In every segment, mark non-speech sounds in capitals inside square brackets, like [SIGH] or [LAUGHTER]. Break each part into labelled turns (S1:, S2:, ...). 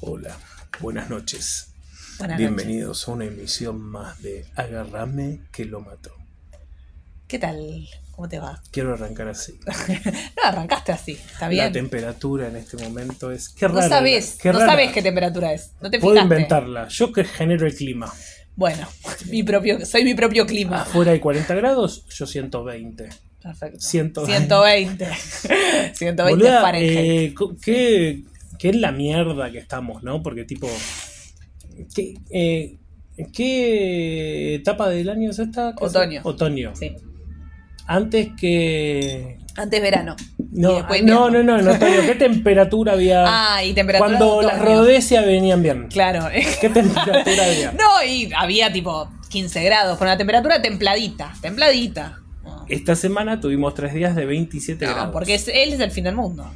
S1: Hola, buenas noches.
S2: Buenas
S1: Bienvenidos a una emisión más de Agarrame que lo mató.
S2: noches. ¿Qué tal? ¿Cómo te va? [LAUGHS]
S1: Quiero arrancar así.
S2: No, arrancaste así, está
S1: La
S2: bien.
S1: temperatura en este momento es. Qué
S2: No
S1: rara,
S2: sabes,
S1: qué
S2: no
S1: rara.
S2: sabes qué temperatura es. No te
S1: Puedo
S2: fijaste.
S1: inventarla. Yo que genero el clima.
S2: Bueno, mi propio, soy mi propio clima.
S1: Afuera hay 40 grados, yo 120.
S2: Perfecto.
S1: 120.
S2: [LAUGHS] 120. 120
S1: Boluda,
S2: Fahrenheit.
S1: eh, co- qué, qué es la mierda que estamos, ¿no? Porque tipo. ¿Qué, eh, qué etapa del año es esta? ¿Qué es?
S2: Otoño.
S1: Otoño.
S2: Sí.
S1: Antes que.
S2: Antes verano. Y
S1: No,
S2: después
S1: ah, no, no,
S2: invierno.
S1: no, en otoño.
S2: [LAUGHS]
S1: ¿Qué temperatura había?
S2: Ah, y temperatura.
S1: Cuando
S2: de
S1: las
S2: otoño.
S1: Rodesias venían bien.
S2: Claro. [LAUGHS]
S1: ¿Qué temperatura había?
S2: No, y había tipo 15 grados, pero una temperatura templadita, templadita. No,
S1: Esta semana tuvimos tres días de 27
S2: No,
S1: grados.
S2: porque es- él es el fin del mundo.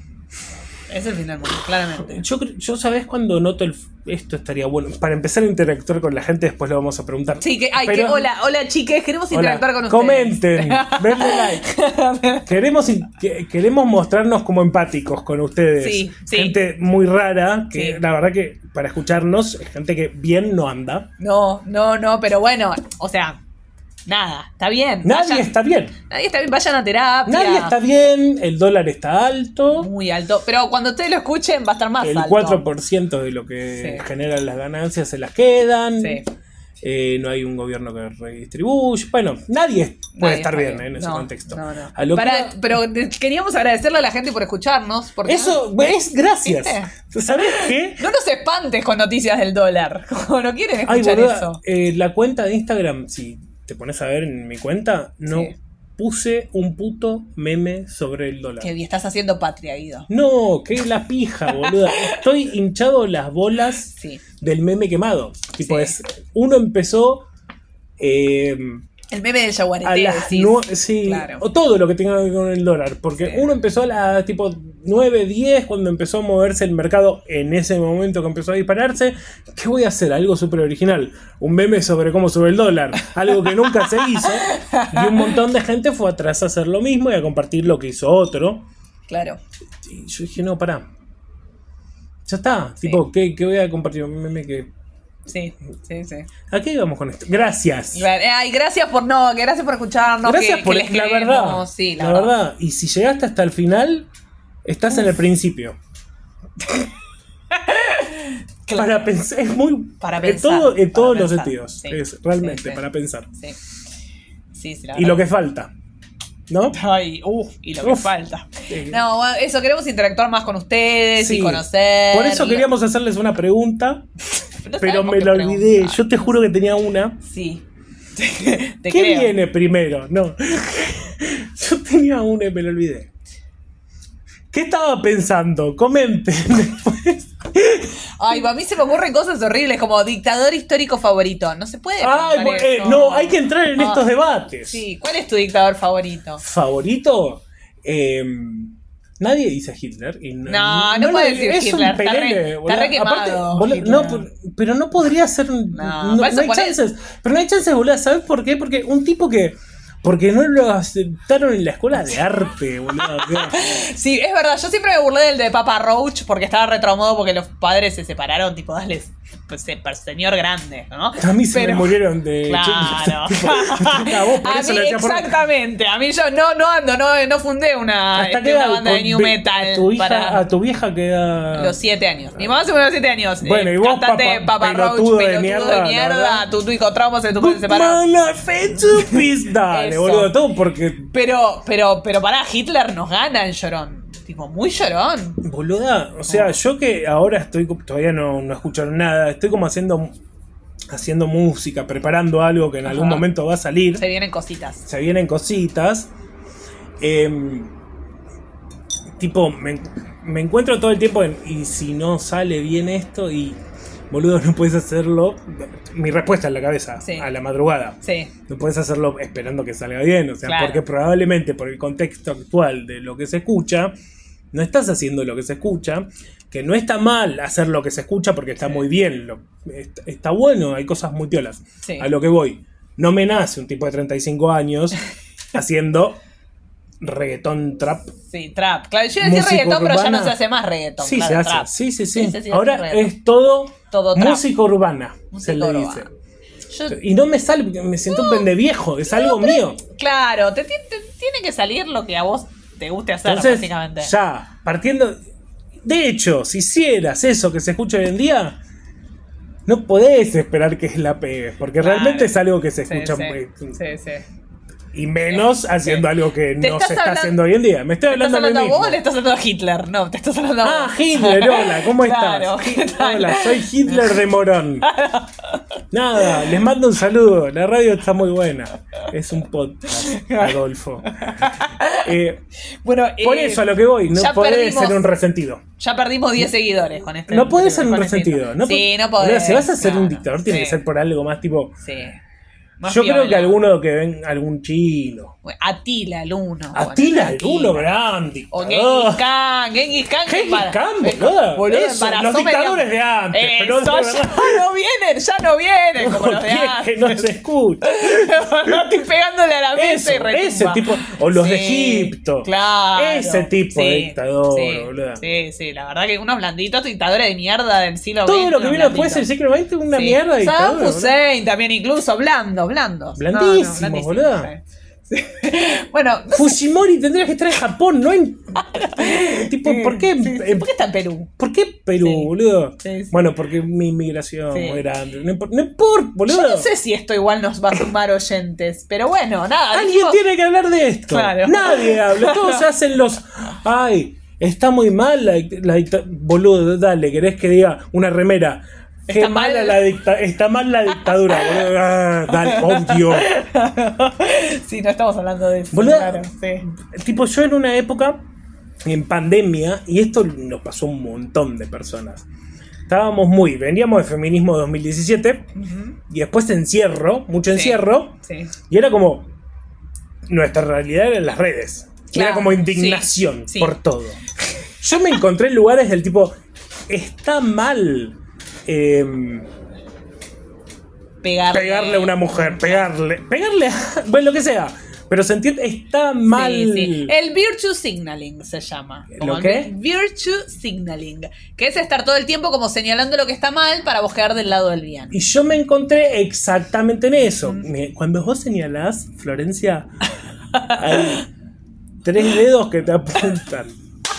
S2: Es el fin del mundo, claramente.
S1: Yo, cre- yo sabes cuando noto el. f- Esto estaría bueno. Para empezar a interactuar con la gente, después lo vamos a preguntar.
S2: Sí, que, ay,
S1: Pero-
S2: que hola, hola chiques, queremos
S1: Hola,
S2: interactuar con ustedes. [LAUGHS]
S1: Comenten, denle like. queremos, in- que- queremos mostrarnos como empáticos con ustedes.
S2: Sí, sí.
S1: Gente muy rara, que
S2: Sí.
S1: la verdad que para escucharnos es gente que bien no anda.
S2: No, no, no, pero bueno, o sea, nada, está bien.
S1: Nadie
S2: Vayan-
S1: está bien.
S2: nadie está bien, vayan a terapia.
S1: Nadie está bien, el dólar está alto,
S2: Muy alto, pero cuando ustedes lo escuchen va a estar más
S1: el
S2: alto.
S1: 4% de lo que
S2: Sí.
S1: generan las ganancias se las quedan,
S2: Sí.
S1: eh, no hay un gobierno que redistribuye, bueno, nadie puede
S2: Nadie
S1: estar
S2: está
S1: bien, en ese
S2: No,
S1: contexto.
S2: no, no.
S1: A lo que-
S2: Pará, Pero de- queríamos agradecerle a la gente por escucharnos. Porque
S1: Eso es gracias. ¿Sabes qué?
S2: No, no nos espantes con noticias del dólar. [LAUGHS] Como no quieren
S1: Ay,
S2: escuchar
S1: boluda,
S2: eso.
S1: eh, la cuenta de Instagram, si te pones a ver en mi cuenta, no
S2: Sí.
S1: puse un puto meme sobre el dólar.
S2: Que bien, estás haciendo patria, Guido.
S1: No, que la pija, boluda. Estoy hinchado las bolas
S2: Sí.
S1: del meme quemado. Tipo,
S2: Sí.
S1: es. Uno empezó. eh,
S2: El meme del
S1: a
S2: jaguarete.
S1: las
S2: decís.
S1: nue- sí,
S2: Claro.
S1: o todo lo que tenga que ver con el dólar, porque
S2: Sí.
S1: uno empezó a las tipo 9, 10 cuando empezó a moverse el mercado en ese momento que empezó a dispararse, ¿qué voy a hacer? Algo súper original, un meme sobre cómo sube el dólar, algo que nunca se hizo, y un montón de gente fue atrás a hacer lo mismo y a compartir lo que hizo otro,
S2: Claro.
S1: y yo dije, no, pará. Ya está, tipo, ¿qué, qué voy a compartir? Un meme que...
S2: Sí, sí, sí.
S1: ¿A qué íbamos con esto? Gracias.
S2: Ay, gracias por no, que gracias por escucharnos.
S1: Gracias
S2: que-
S1: por
S2: que les
S1: la
S2: queremos.
S1: verdad.
S2: Sí, la,
S1: la
S2: verdad.
S1: verdad. Y si llegaste hasta el final, estás en el principio.
S2: Claro.
S1: Para pensar, es muy.
S2: Para
S1: en
S2: pensar,
S1: todo- en
S2: para
S1: todos los
S2: pensar,
S1: sentidos.
S2: sí.
S1: Es realmente
S2: Sí, sí.
S1: para pensar.
S2: Sí. Sí, sí, la
S1: Y
S2: verdad.
S1: lo que falta. ¿No?
S2: Ay, uf, y lo que
S1: Uf.
S2: falta.
S1: Eh,
S2: No, bueno, eso, queremos interactuar más con ustedes
S1: Sí.
S2: y conocer.
S1: Por eso queríamos hacerles una pregunta,
S2: No
S1: pero
S2: sabemos
S1: me
S2: qué
S1: la
S2: preguntar.
S1: olvidé. Yo te juro que tenía una.
S2: Sí. [LAUGHS] Te
S1: ¿Qué
S2: creo.
S1: viene primero? No. [LAUGHS] Yo tenía una y me la olvidé. ¿Qué estaba pensando? Comenten después.
S2: Ay, a mí se me ocurren cosas horribles como dictador histórico favorito. No se [LAUGHS] puede.
S1: Ay,
S2: preguntar
S1: bueno, eh,
S2: eso.
S1: no, hay que entrar en
S2: Ah,
S1: estos debates.
S2: Sí, ¿cuál es tu dictador favorito?
S1: favorito, eh, nadie dice Hitler. y
S2: No, no
S1: lo-
S2: puede decir
S1: es un
S2: Hitler, está
S1: pelele,
S2: re- está
S1: boludo.
S2: re quemado,
S1: boludo,
S2: Hitler.
S1: no, por- pero no podría ser. No, no
S2: por eso
S1: hay
S2: por ahí-
S1: chances. Pero no hay chances, boludo. ¿Sabes por qué? Porque un tipo que. Porque no lo aceptaron en la escuela de arte,
S2: [LAUGHS]
S1: boludo. o sea,
S2: Sí, es verdad, yo siempre me burlé del de Papa Roach porque estaba retraumado porque los padres se separaron, tipo, dale, pues, se- per- señor grande, ¿no?
S1: a mí se me
S2: [LAUGHS] Pero-
S1: murieron de. [LAUGHS]
S2: Claro. [LAUGHS]
S1: Tipo, a vos por
S2: a
S1: eso
S2: mí,
S1: le decía por-
S2: exactamente. A mí yo no, no ando, no, no fundé una,
S1: ¿Hasta
S2: este,
S1: qué
S2: una
S1: edad?
S2: banda de
S1: Con
S2: new
S1: ve-
S2: metal
S1: A tu, hija,
S2: para
S1: a tu vieja queda.
S2: los siete años. Mi mamá se murió a los siete años. eh,
S1: Bueno, y vos,
S2: Cantante
S1: papá-
S2: de Papa Roach,
S1: pelotudo
S2: pelotudo
S1: de
S2: de
S1: mierda,
S2: mierda,
S1: la verdad.
S2: tu, tu hijo trauma se tuvo que separar.
S1: Mala fe,
S2: [LAUGHS]
S1: chupis, dale,
S2: Eso.
S1: boludo, todo porque
S2: Pero, pero, pero pará, Hitler nos gana en llorón. Tipo, muy llorón.
S1: Boluda, o sea, yo que ahora estoy, co- todavía no, no escucho nada, estoy como haciendo, haciendo música, preparando algo que en algún
S2: Ajá.
S1: momento va a salir,
S2: Se vienen cositas.
S1: se vienen cositas. Em, tipo, me, me encuentro todo el tiempo en, y si no sale bien esto y, boludo, no puedes hacerlo, mi respuesta en la cabeza,
S2: Sí.
S1: a la madrugada.
S2: Sí.
S1: No puedes hacerlo esperando que salga bien, o sea,
S2: Claro.
S1: porque probablemente por el contexto actual de lo que se escucha, no estás haciendo lo que se escucha, que no está mal hacer lo que se escucha porque está
S2: Sí.
S1: muy bien, lo- est- está bueno, hay cosas muy piolas.
S2: Sí. [LAUGHS]
S1: A lo que voy, no me nace un tipo de 35 años haciendo reggaetón trap.
S2: Sí, trap. Claro, yo iba a decir
S1: Música
S2: reggaetón, pero ya no
S1: urbana.
S2: se hace más reggaetón.
S1: Sí, se
S2: claro,
S1: hace.
S2: trap.
S1: Sí, sí,
S2: Sí,
S1: sí.
S2: sí, sí, hace
S1: Ahora
S2: reggaetón.
S1: es todo,
S2: Todo trap.
S1: música urbana,
S2: Música
S1: se le
S2: urbana.
S1: dice.
S2: Yo-
S1: Y no me sale, porque me siento un pendeviejo, es algo mío.
S2: claro, te, ti- te tiene que salir lo que a vos te guste hacer,
S1: Entonces,
S2: básicamente.
S1: ya, partiendo. De hecho, si hicieras eso que se escucha hoy en día, no podés esperar que la pegues, porque
S2: Claro.
S1: realmente es algo que se
S2: Sí,
S1: escucha.
S2: sí,
S1: muy-
S2: sí, sí.
S1: Y menos
S2: Sí.
S1: haciendo algo que no
S2: Te
S1: se
S2: estás
S1: está
S2: hablando-
S1: haciendo hoy en día. Me estoy
S2: ¿Te estás
S1: hablando,
S2: hablando
S1: a
S2: a
S1: mí
S2: vos o
S1: mismo.
S2: le estás hablando a Hitler? No, te estás hablando a vos.
S1: Ah, Hitler,
S2: [LAUGHS]
S1: hola, ¿cómo estás?
S2: Claro, ¿qué tal?
S1: Hola, soy Hitler de
S2: [LAUGHS]
S1: Morón. Nada, les mando un saludo. La radio está muy buena. Es un podcast, Adolfo. Eh,
S2: Bueno,
S1: por
S2: eh,
S1: eso a lo que voy, no
S2: ya
S1: podés
S2: perdimos-
S1: ser un resentido.
S2: Ya perdimos 10 seguidores con este.
S1: No podés ser un
S2: con este
S1: resentido. No
S2: sí,
S1: po-
S2: no podés.
S1: Mira, si vas a ser
S2: no,
S1: un
S2: no,
S1: dictador, tiene
S2: sí,
S1: que ser por algo más tipo.
S2: Sí. Más
S1: yo creo
S2: piola.
S1: que alguno que ven, algún chino.
S2: Bueno, Atila, el uno.
S1: Atila,
S2: el
S1: alguno gran
S2: O
S1: dictador. [LAUGHS]
S2: Genghis Khan, Genghis Khan. que
S1: Genghis
S2: para-
S1: Ah. Khan, boludo. Eso,
S2: embarazó
S1: los
S2: medio-
S1: dictadores de antes, pero
S2: Eso,
S1: de
S2: ya
S1: verdad.
S2: [LAUGHS] no vienen, ya no vienen como los de
S1: Porque es que
S2: antes.
S1: no se
S2: [LAUGHS]
S1: escucha.
S2: Estoy pegándole a la mesa
S1: Eso,
S2: y retumba.
S1: ese tipo- o los de Egipto.
S2: Claro.
S1: Ese tipo de dictador,
S2: sí,
S1: boludo.
S2: Sí, sí, la verdad que unos blanditos dictadores de mierda del siglo
S1: Todo
S2: XX,
S1: lo que vino
S2: unos
S1: después del
S2: blanditos.
S1: siglo XX es una
S2: Sí.
S1: mierda de
S2: Saddam
S1: dictadura. boludo.
S2: [LAUGHS] Hussein también, incluso, blando, blandos. No, no,
S1: Blandísimos,
S2: blandísimos,
S1: boludo.
S2: sí. [LAUGHS] bueno, no sé,
S1: Fujimori tendría que estar en Japón, no
S2: [LAUGHS]
S1: en. tipo, ¿por qué?
S2: sí, sí,
S1: eh,
S2: ¿por qué está en Perú?
S1: ¿Por qué Perú,
S2: Sí.
S1: boludo?
S2: Sí, sí.
S1: Bueno, porque mi inmigración
S2: Sí.
S1: muy grande. No importa, no importa, boludo.
S2: Yo no sé si esto igual nos va a sumar oyentes, pero bueno, nada.
S1: Alguien
S2: dijimos-
S1: tiene que hablar de esto.
S2: Ah, Claro.
S1: Nadie habla. Todos hacen los. Ay, está muy mal la, dict- la dicta- Boludo, dale, querés que diga una remera. Qué
S2: Está
S1: mala
S2: mal.
S1: la dicta- Está mal la
S2: [LAUGHS]
S1: dictadura, boludo. Ah, dale, obvio.
S2: [LAUGHS] Sí, no estamos hablando de eso.
S1: Boluda.
S2: claro, sí.
S1: Tipo, yo en una época, en pandemia, y esto nos pasó a un montón de personas. Estábamos muy, veníamos de feminismo 2017
S2: Ujú.
S1: y después encierro, mucho
S2: Sí.
S1: encierro.
S2: Sí.
S1: Y era como. Nuestra realidad eran las redes. Y
S2: Claro,
S1: era como indignación
S2: sí, sí.
S1: por todo. Yo me encontré en lugares del tipo. Está mal. em,
S2: Pegarle,
S1: pegarle a una mujer, pegarle. Pegarle a. [LAUGHS] Bueno, lo que sea. Pero se entiende. Está
S2: Sí,
S1: mal.
S2: sí. El virtue signaling se llama.
S1: ¿Lo
S2: Como el
S1: qué?
S2: Virtue signaling. Que es estar todo el tiempo como señalando lo que está mal para vos quedar del lado del bien.
S1: Y yo me encontré exactamente en eso. Me- Cuando vos señalás, Florencia, hay tres dedos que te
S2: [LAUGHS]
S1: apuntan.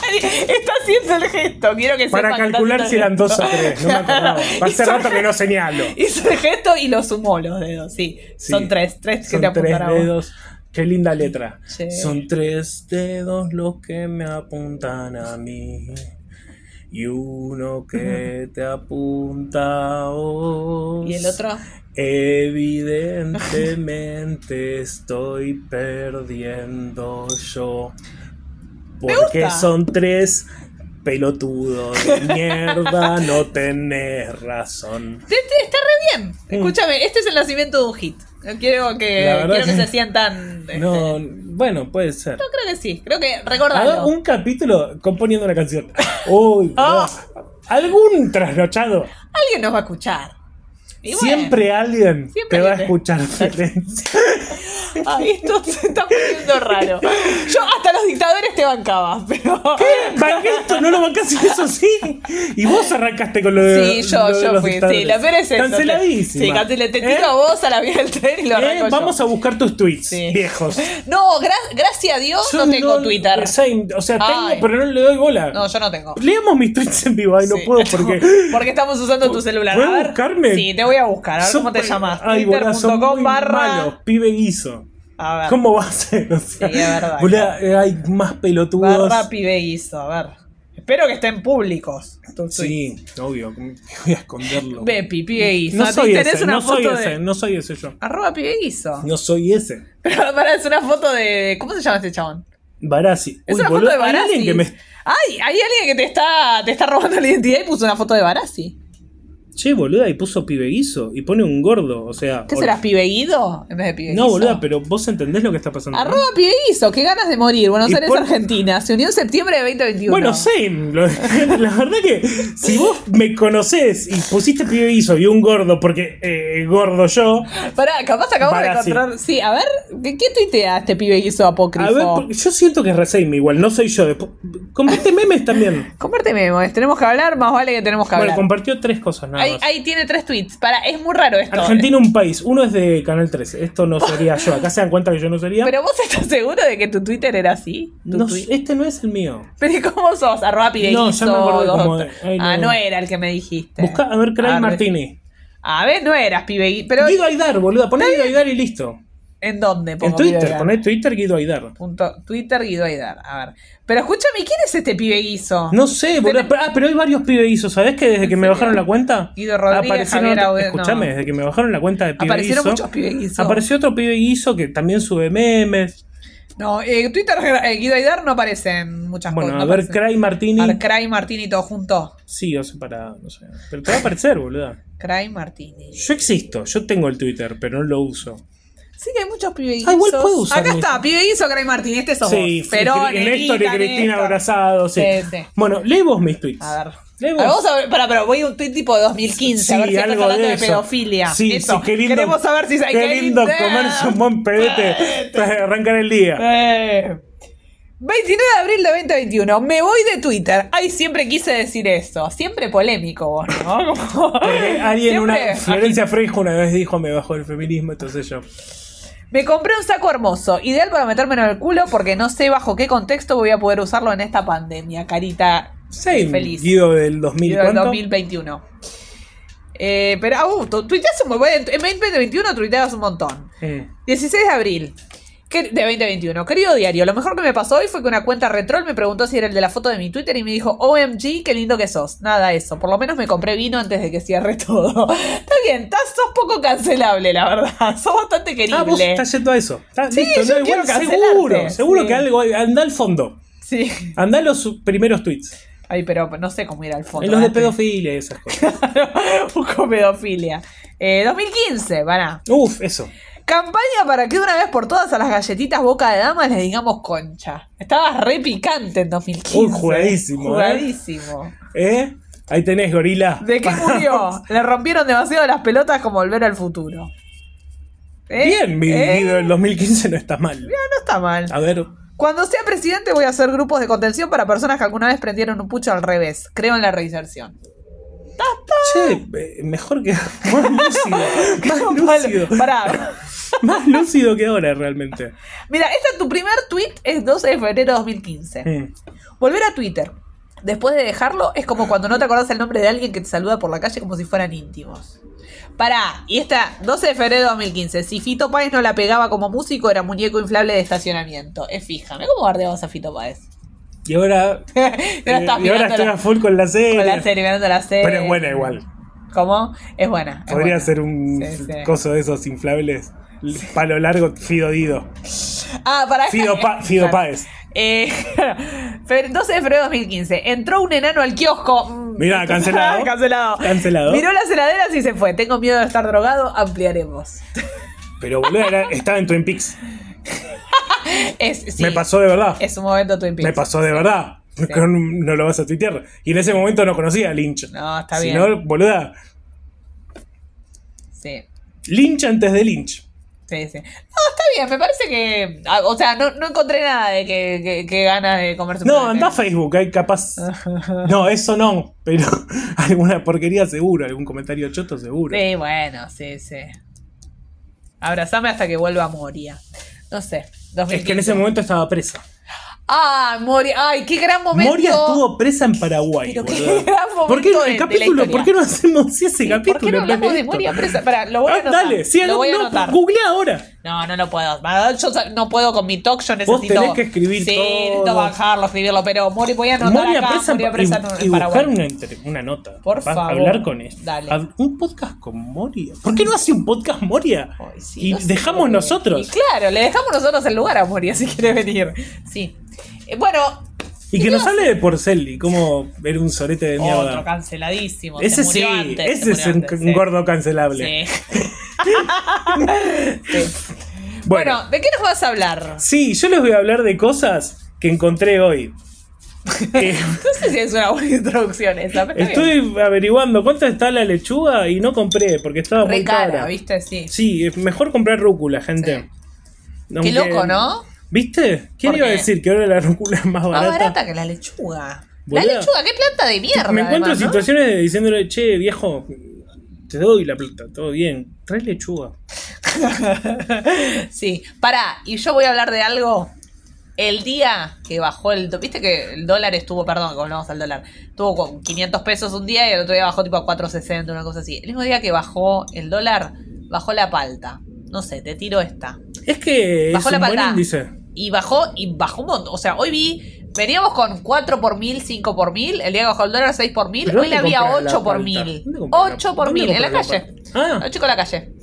S2: Está haciendo el gesto, quiero que
S1: Para
S2: sepan que está
S1: calcular
S2: haciendo
S1: si
S2: el
S1: eran
S2: gesto.
S1: dos o tres, no me
S2: [LAUGHS]
S1: acordaba. Hace
S2: Hizo-
S1: rato que no señalo.
S2: Hizo el gesto y lo sumó los dedos, sí.
S1: Sí.
S2: Son tres, tres que
S1: Son
S2: te
S1: tres
S2: apuntan a vos.
S1: dedos. Qué linda letra.
S2: Sí.
S1: Son tres dedos los que me apuntan a mí. Y uno que te apunta a vos.
S2: Y el otro. [LAUGHS]
S1: Evidentemente estoy perdiendo yo.
S2: gusta.
S1: Porque son tres pelotudo de mierda, no
S2: [LAUGHS]
S1: tenés razón.
S2: Este- este está re bien. Escúchame, este es el nacimiento de un hit. Quiero
S1: La
S2: que,
S1: verdad
S2: quiero que
S1: que-
S2: se sientan. este,
S1: No, bueno, puede ser.
S2: Yo creo que sí, creo que
S1: Haga
S2: recordalo.
S1: un capítulo componiendo una canción.
S2: [LAUGHS]
S1: Uy,
S2: Ah.
S1: no. algún trasnochado.
S2: Alguien nos va a escuchar. Y bueno,
S1: Siempre alguien
S2: Siempre
S1: te va a
S2: alguien. [LAUGHS]
S1: escuchar. Florencia.
S2: ay, esto se está poniendo raro. Yo hasta los dictadores te bancaba,
S1: [LAUGHS]
S2: pero.
S1: Banqué esto, no lo bancás y eso sí. Y vos arrancaste con lo
S2: Sí,
S1: de. lo
S2: yo,
S1: de
S2: yo
S1: los
S2: fui. Sí,
S1: dictadores.
S2: lo peor es eso.
S1: Canceladísima.
S2: Sí, cancelé. Te tiro
S1: ¿Eh?
S2: a vos a la vía del tren y lo
S1: Eh,
S2: arranco yo.
S1: Vamos a buscar tus tweets,
S2: Sí.
S1: viejos.
S2: No, gra- gracias a Dios
S1: Yo
S2: no tengo Twitter.
S1: same, o sea, tengo,
S2: Ay.
S1: pero no le doy bola.
S2: No, yo no tengo.
S1: Leamos mis tweets en vivo, ay, no
S2: Sí. [LAUGHS]
S1: puedo porque.
S2: Porque estamos usando tu celular.
S1: ¿Puedo
S2: A ver.
S1: buscarme?
S2: Sí, te voy a buscar. A ver
S1: Son-
S2: cómo te llamas.
S1: Ay, boluda, son muy
S2: Twitter.com
S1: malos,
S2: barra.
S1: pibe guiso.
S2: A ver.
S1: ¿Cómo va a ser? O sea,
S2: Sí, es verdad.
S1: boluda, eh, hay más pelotudos.
S2: Barra pibe guiso. A ver. Espero que estén públicos. tus tweets.
S1: Sí, obvio, ¿cómo voy a esconderlo.
S2: Bepi, pibe guiso.
S1: no
S2: Ah,
S1: soy
S2: tenés
S1: ese,
S2: una
S1: no soy
S2: foto de-
S1: ese, no soy ese yo.
S2: Arroba pibe guiso.
S1: No soy ese.
S2: Pero pará, es una foto de. ¿Cómo se llama este chabón?
S1: Barassi.
S2: Es
S1: Uy,
S2: una
S1: boludo,
S2: foto de
S1: hay
S2: Barassi.
S1: alguien que me-
S2: Ay, hay alguien que te está, te está robando la identidad y puso una foto de Barassi.
S1: Che, boluda, y puso pibeguizo y pone un gordo, o sea.
S2: ¿Qué
S1: o-
S2: serás, pibeguido? En vez de pibeguizo.
S1: No, boluda, pero vos entendés lo que está pasando. ¿no?
S2: Arroba pibeguizo, qué ganas de morir. Buenos
S1: Y
S2: Aires,
S1: pon-
S2: Argentina. Se unió en septiembre de 2021.
S1: Bueno, same. Lo- [LAUGHS] la verdad que si vos me conocés y pusiste pibeguizo y un gordo, porque eh, gordo yo.
S2: Pará, capaz acabo de
S1: Pará, sí.
S2: encontrar. Sí, a ver, ¿qué, qué tuitea este pibeguizo apócrifo?
S1: A ver, porque yo siento que es Reseime igual, no soy yo. Después, comparte memes
S2: [LAUGHS]
S1: también.
S2: Comparte memes, tenemos que hablar, más vale que tenemos que
S1: Bueno,
S2: hablar.
S1: compartió tres cosas nada
S2: ahí,
S1: más.
S2: ahí tiene tres tweets. Para, es muy raro esto. ¿eh?
S1: Argentina un país, uno es de Canal 13, esto no
S2: [LAUGHS]
S1: sería yo, acá se dan cuenta que yo no sería.
S2: Pero vos estás seguro de que tu Twitter era así? ¿Tu
S1: No,
S2: tweet?
S1: este no es el mío.
S2: Pero ¿y ¿cómo sos? Arroba pibeguizo.
S1: No, ya me acuerdo
S2: dos-
S1: cómo es. Ay, no.
S2: Ah, no era el que me dijiste.
S1: Busca, a ver, Craig
S2: Arre.
S1: Martini.
S2: A ver, no eras pibeguizo. Ah, Pero
S1: Guido Aidar, boluda, poné Guido Aidar y listo.
S2: ¿en dónde?
S1: En
S2: pongo
S1: Twitter,
S2: pibeguizo?
S1: poné Twitter Guido Aidar.
S2: Punto, Twitter Guido Aidar. A ver. Pero escúchame, ¿quién es este pibeguizo?
S1: No sé, boluda, pero, ah, pero hay varios pibeguizos, ¿sabés que desde que me
S2: serio?
S1: bajaron la cuenta?
S2: Guido Rodríguez, Javier
S1: otro-
S2: Aude-
S1: Escuchame,
S2: no.
S1: desde que me bajaron la cuenta de pibeguizo.
S2: Aparecieron muchos pibeguizos.
S1: Apareció otro pibeguizo que también sube memes.
S2: No, eh, Twitter eh, Guido Aidar no aparecen muchas
S1: Bueno,
S2: cosas.
S1: a
S2: no
S1: ver,
S2: aparecen.
S1: Craig Martini.
S2: A ver, Cray Martini todo junto.
S1: Sí, o separado, no sé. Pero te va a aparecer, boluda.
S2: Cray Martini.
S1: Yo existo, yo tengo el Twitter, pero no lo uso.
S2: Sí que hay muchos pibeguizos.
S1: Ah, igual puedo usar
S2: Acá
S1: mi-
S2: está, pibeguizo Cray Martini. Este sos
S1: sí,
S2: vos. Pero
S1: Cri- Néstor y Cristina abrazados. Sí.
S2: Sí, sí.
S1: Bueno, lee vos mis tweets.
S2: A ver.
S1: Lee vos.
S2: A ver, vamos a ver, pará, pero voy a un tweet tipo de 2015, a ver
S1: Sí,
S2: si estás
S1: algo
S2: hablando de,
S1: eso.
S2: pedofilia.
S1: Sí,
S2: Eso.
S1: sí, qué lindo.
S2: Queremos saber si hay
S1: Qué lindo comerse un buen pedete para arrancar el día.
S2: Eh, 29 de abril de 2021. Me voy de Twitter. Ay, siempre quise decir eso. Siempre polémico vos, ¿no? [LAUGHS] Como-
S1: Porque alguien,
S2: Ah, Siempre
S1: una, Florencia Freijo una vez dijo me bajó el feminismo, entonces yo.
S2: Me compré un saco hermoso, ideal para metérmelo en el culo porque no sé bajo qué contexto voy a poder usarlo en esta pandemia, carita
S1: Sí,
S2: feliz.
S1: Guido del 2000,
S2: Del
S1: ¿cuánto?
S2: 2021. Eh, pero, ah, uh, tu- tuiteas un montón. En 2021 tuiteas un montón.
S1: Mm.
S2: 16 de abril que- de 2021. Querido diario, lo mejor que me pasó hoy fue que una cuenta retrol me preguntó si era el de la foto de mi Twitter y me dijo, OMG, qué lindo que sos. Nada, eso. Por lo menos me compré vino antes de que cierre [LAUGHS] todo. Está bien, estás, sos poco cancelable, la verdad. Sos bastante querible.
S1: Ah, vos estás yendo a eso. Está-
S2: Sí,
S1: listo,
S2: yo
S1: no, igual
S2: quiero
S1: seguro,
S2: cancelarte.
S1: seguro
S2: Sí.
S1: que algo hay. Anda al fondo.
S2: Sí.
S1: Anda a los su- primeros tweets.
S2: Ay, pero no sé cómo ir al fondo.
S1: En los de
S2: ¿verdad?
S1: pedofilia y esas cosas.
S2: [LAUGHS] Busco pedofilia. Eh, 2015, para.
S1: Uf, eso.
S2: Campaña para que de una vez por todas a las galletitas boca de dama les digamos concha. Estabas re picante en 2015.
S1: Uy, jugadísimo, ¿eh?
S2: Jugadísimo.
S1: ¿Eh? Ahí tenés, gorila.
S2: ¿De qué
S1: [LAUGHS]
S2: murió? Le rompieron demasiado las pelotas como volver al futuro. ¿Eh?
S1: Bien, mi
S2: ¿Eh?
S1: Guido del 2015 no está mal.
S2: Ah, No está mal.
S1: A ver,
S2: Cuando sea presidente voy a hacer grupos de contención para personas que alguna vez prendieron un pucho al revés. Creo en la reinserción.
S1: che, eh, mejor que. [LAUGHS] Más
S2: [LAUGHS]
S1: lúcido. Más lúcido.
S2: Pará.
S1: Más lúcido que ahora, realmente.
S2: Mira, este tu primer tweet es 12 de febrero de 2015.
S1: Mm.
S2: Volver a Twitter. Después de dejarlo, es como cuando no te acordás el nombre de alguien que te saluda por la calle como si fueran íntimos. Pará, y esta, 12 de febrero de 2015. Si Fito Páez no la pegaba como músico, era muñeco inflable de estacionamiento. Es fija. ¿Cómo bardeamos a Fito Páez?
S1: Y
S2: [LAUGHS]
S1: ahora.
S2: Pero
S1: eh,
S2: estás
S1: y ahora
S2: mirando
S1: estoy
S2: la-
S1: a full con la serie.
S2: Con la serie, mirando la serie.
S1: Pero es buena igual.
S2: ¿Cómo? Es buena. es
S1: Podría
S2: buena.
S1: ser un
S2: Sí, sí.
S1: coso de esos inflables. Palo largo, Fido Dido.
S2: Ah, para
S1: Fido,
S2: [LAUGHS]
S1: Pa- Fido Páez.
S2: Eh, [LAUGHS] fe- 12 de febrero de 2015. Entró un enano al kiosco. Mm,
S1: Mirá, cancelado.
S2: [LAUGHS] cancelado.
S1: Cancelado.
S2: Miró las heladeras y se fue. Tengo miedo de estar drogado. Ampliaremos.
S1: Pero boludo, era- estaba en Twin Peaks.
S2: Es, sí,
S1: Me pasó de verdad.
S2: Es un momento Twin Peaks.
S1: Me pasó de verdad. [LAUGHS] Con- No lo vas a tuitear. Y en ese momento no conocía a Lynch.
S2: No, está
S1: Si
S2: bien.
S1: no, boluda.
S2: Sí.
S1: Lynch antes de Lynch.
S2: Sí, sí. No, está bien. Me parece que. ah, O sea, no, no encontré nada de que, que, que ganas de comerse un
S1: No,
S2: plato.
S1: anda a Facebook, hay
S2: [LAUGHS]
S1: capaz. No, eso no, pero [LAUGHS] alguna porquería seguro, algún comentario choto seguro.
S2: Sí, bueno, sí, sí. Abrazame hasta que vuelva a Moria. No sé. 2015.
S1: Es que en ese momento estaba presa.
S2: Ah, Moria. Ay, qué gran momento.
S1: Moria estuvo presa en Paraguay.
S2: Pero qué
S1: boludo.
S2: gran momento
S1: ¿Por qué no,
S2: de-
S1: el
S2: de la
S1: capítulo? ¿Por
S2: historia.
S1: qué no hacemos ese capítulo?
S2: ¿Por qué no
S1: en vez
S2: hablamos de
S1: esto?
S2: Moria presa? Pará, lo voy a
S1: Ah,
S2: anotar.
S1: dale, sí,
S2: lo voy a
S1: no,
S2: anotar.
S1: googlea ahora.
S2: No, no lo puedo. Ah, Yo sa- no puedo con mi talk, yo necesito.
S1: tenés que escribir
S2: Sí,
S1: todo.
S2: necesito bajarlo, escribirlo, pero Mori, voy a anotar
S1: Moria
S2: acá.
S1: presa,
S2: Moria
S1: en-
S2: presa
S1: y,
S2: en
S1: y
S2: Paraguay.
S1: buscar una, inter- una nota.
S2: Por
S1: Capaz,
S2: favor.
S1: Hablar con eso.
S2: Dale.
S1: Hab- Un podcast con Moria. ¿Por qué no hace un podcast Moria?
S2: Ay, sí,
S1: y
S2: no sé
S1: dejamos
S2: por qué.
S1: nosotros.
S2: Y claro, le dejamos nosotros el lugar a Moria si quiere venir. Sí. Eh, bueno,
S1: Y que nos hable de Porcelli, como era un sorete de
S2: Otro
S1: mierda.
S2: canceladísimo. se
S1: Ese sí,
S2: murió antes, se
S1: ese
S2: murió
S1: es un,
S2: antes,
S1: un
S2: sí.
S1: gordo cancelable.
S2: Sí. Sí. Bueno,
S1: Bueno,
S2: ¿de qué nos vas a hablar?
S1: sí, yo les voy a hablar de cosas que encontré
S2: [LAUGHS]
S1: hoy. Eh,
S2: No sé si es una buena introducción esa, pero está bien.
S1: Estoy averiguando cuánto está la lechuga y no compré porque estaba muy
S2: Re cara,
S1: cara.
S2: ¿viste? Sí.
S1: Sí, es mejor comprar rúcula, gente. Aunque-
S2: Qué loco, ¿no?
S1: ¿Viste? ¿Quién
S2: ¿Por
S1: iba a
S2: qué?
S1: decir que ahora la rúcula es más barata?
S2: Más barata que la lechuga. La
S1: Boluda.
S2: lechuga, qué planta de mierda.
S1: Me encuentro
S2: además, ¿no?
S1: situaciones de diciéndole, che, viejo, te doy la plata, todo bien. Trae lechuga.
S2: Sí, pará, y yo voy a hablar de algo. El día que bajó el. do- Viste que el dólar estuvo, perdón, que volvamos al dólar. Estuvo con 500 pesos un día y el otro día bajó tipo a 460, una cosa así. El mismo día que bajó el dólar, bajó la palta. No sé, te tiro esta.
S1: Es que
S2: Bajó
S1: es
S2: la
S1: un buen
S2: palta.
S1: índice.
S2: Y bajó, y bajó un montón. O sea, hoy vi. Veníamos con 4 por mil, 5 por mil. El día que bajó el dólar 6 por mil.
S1: Pero
S2: Hoy
S1: ¿dónde
S2: la vi a
S1: compras la
S2: 8 por
S1: palta?
S2: mil.
S1: ¿Dónde compras la-
S2: 8 por
S1: dónde
S2: mil, en la
S1: compras la
S2: calle.
S1: palta? Ah.
S2: Los chicos de la calle.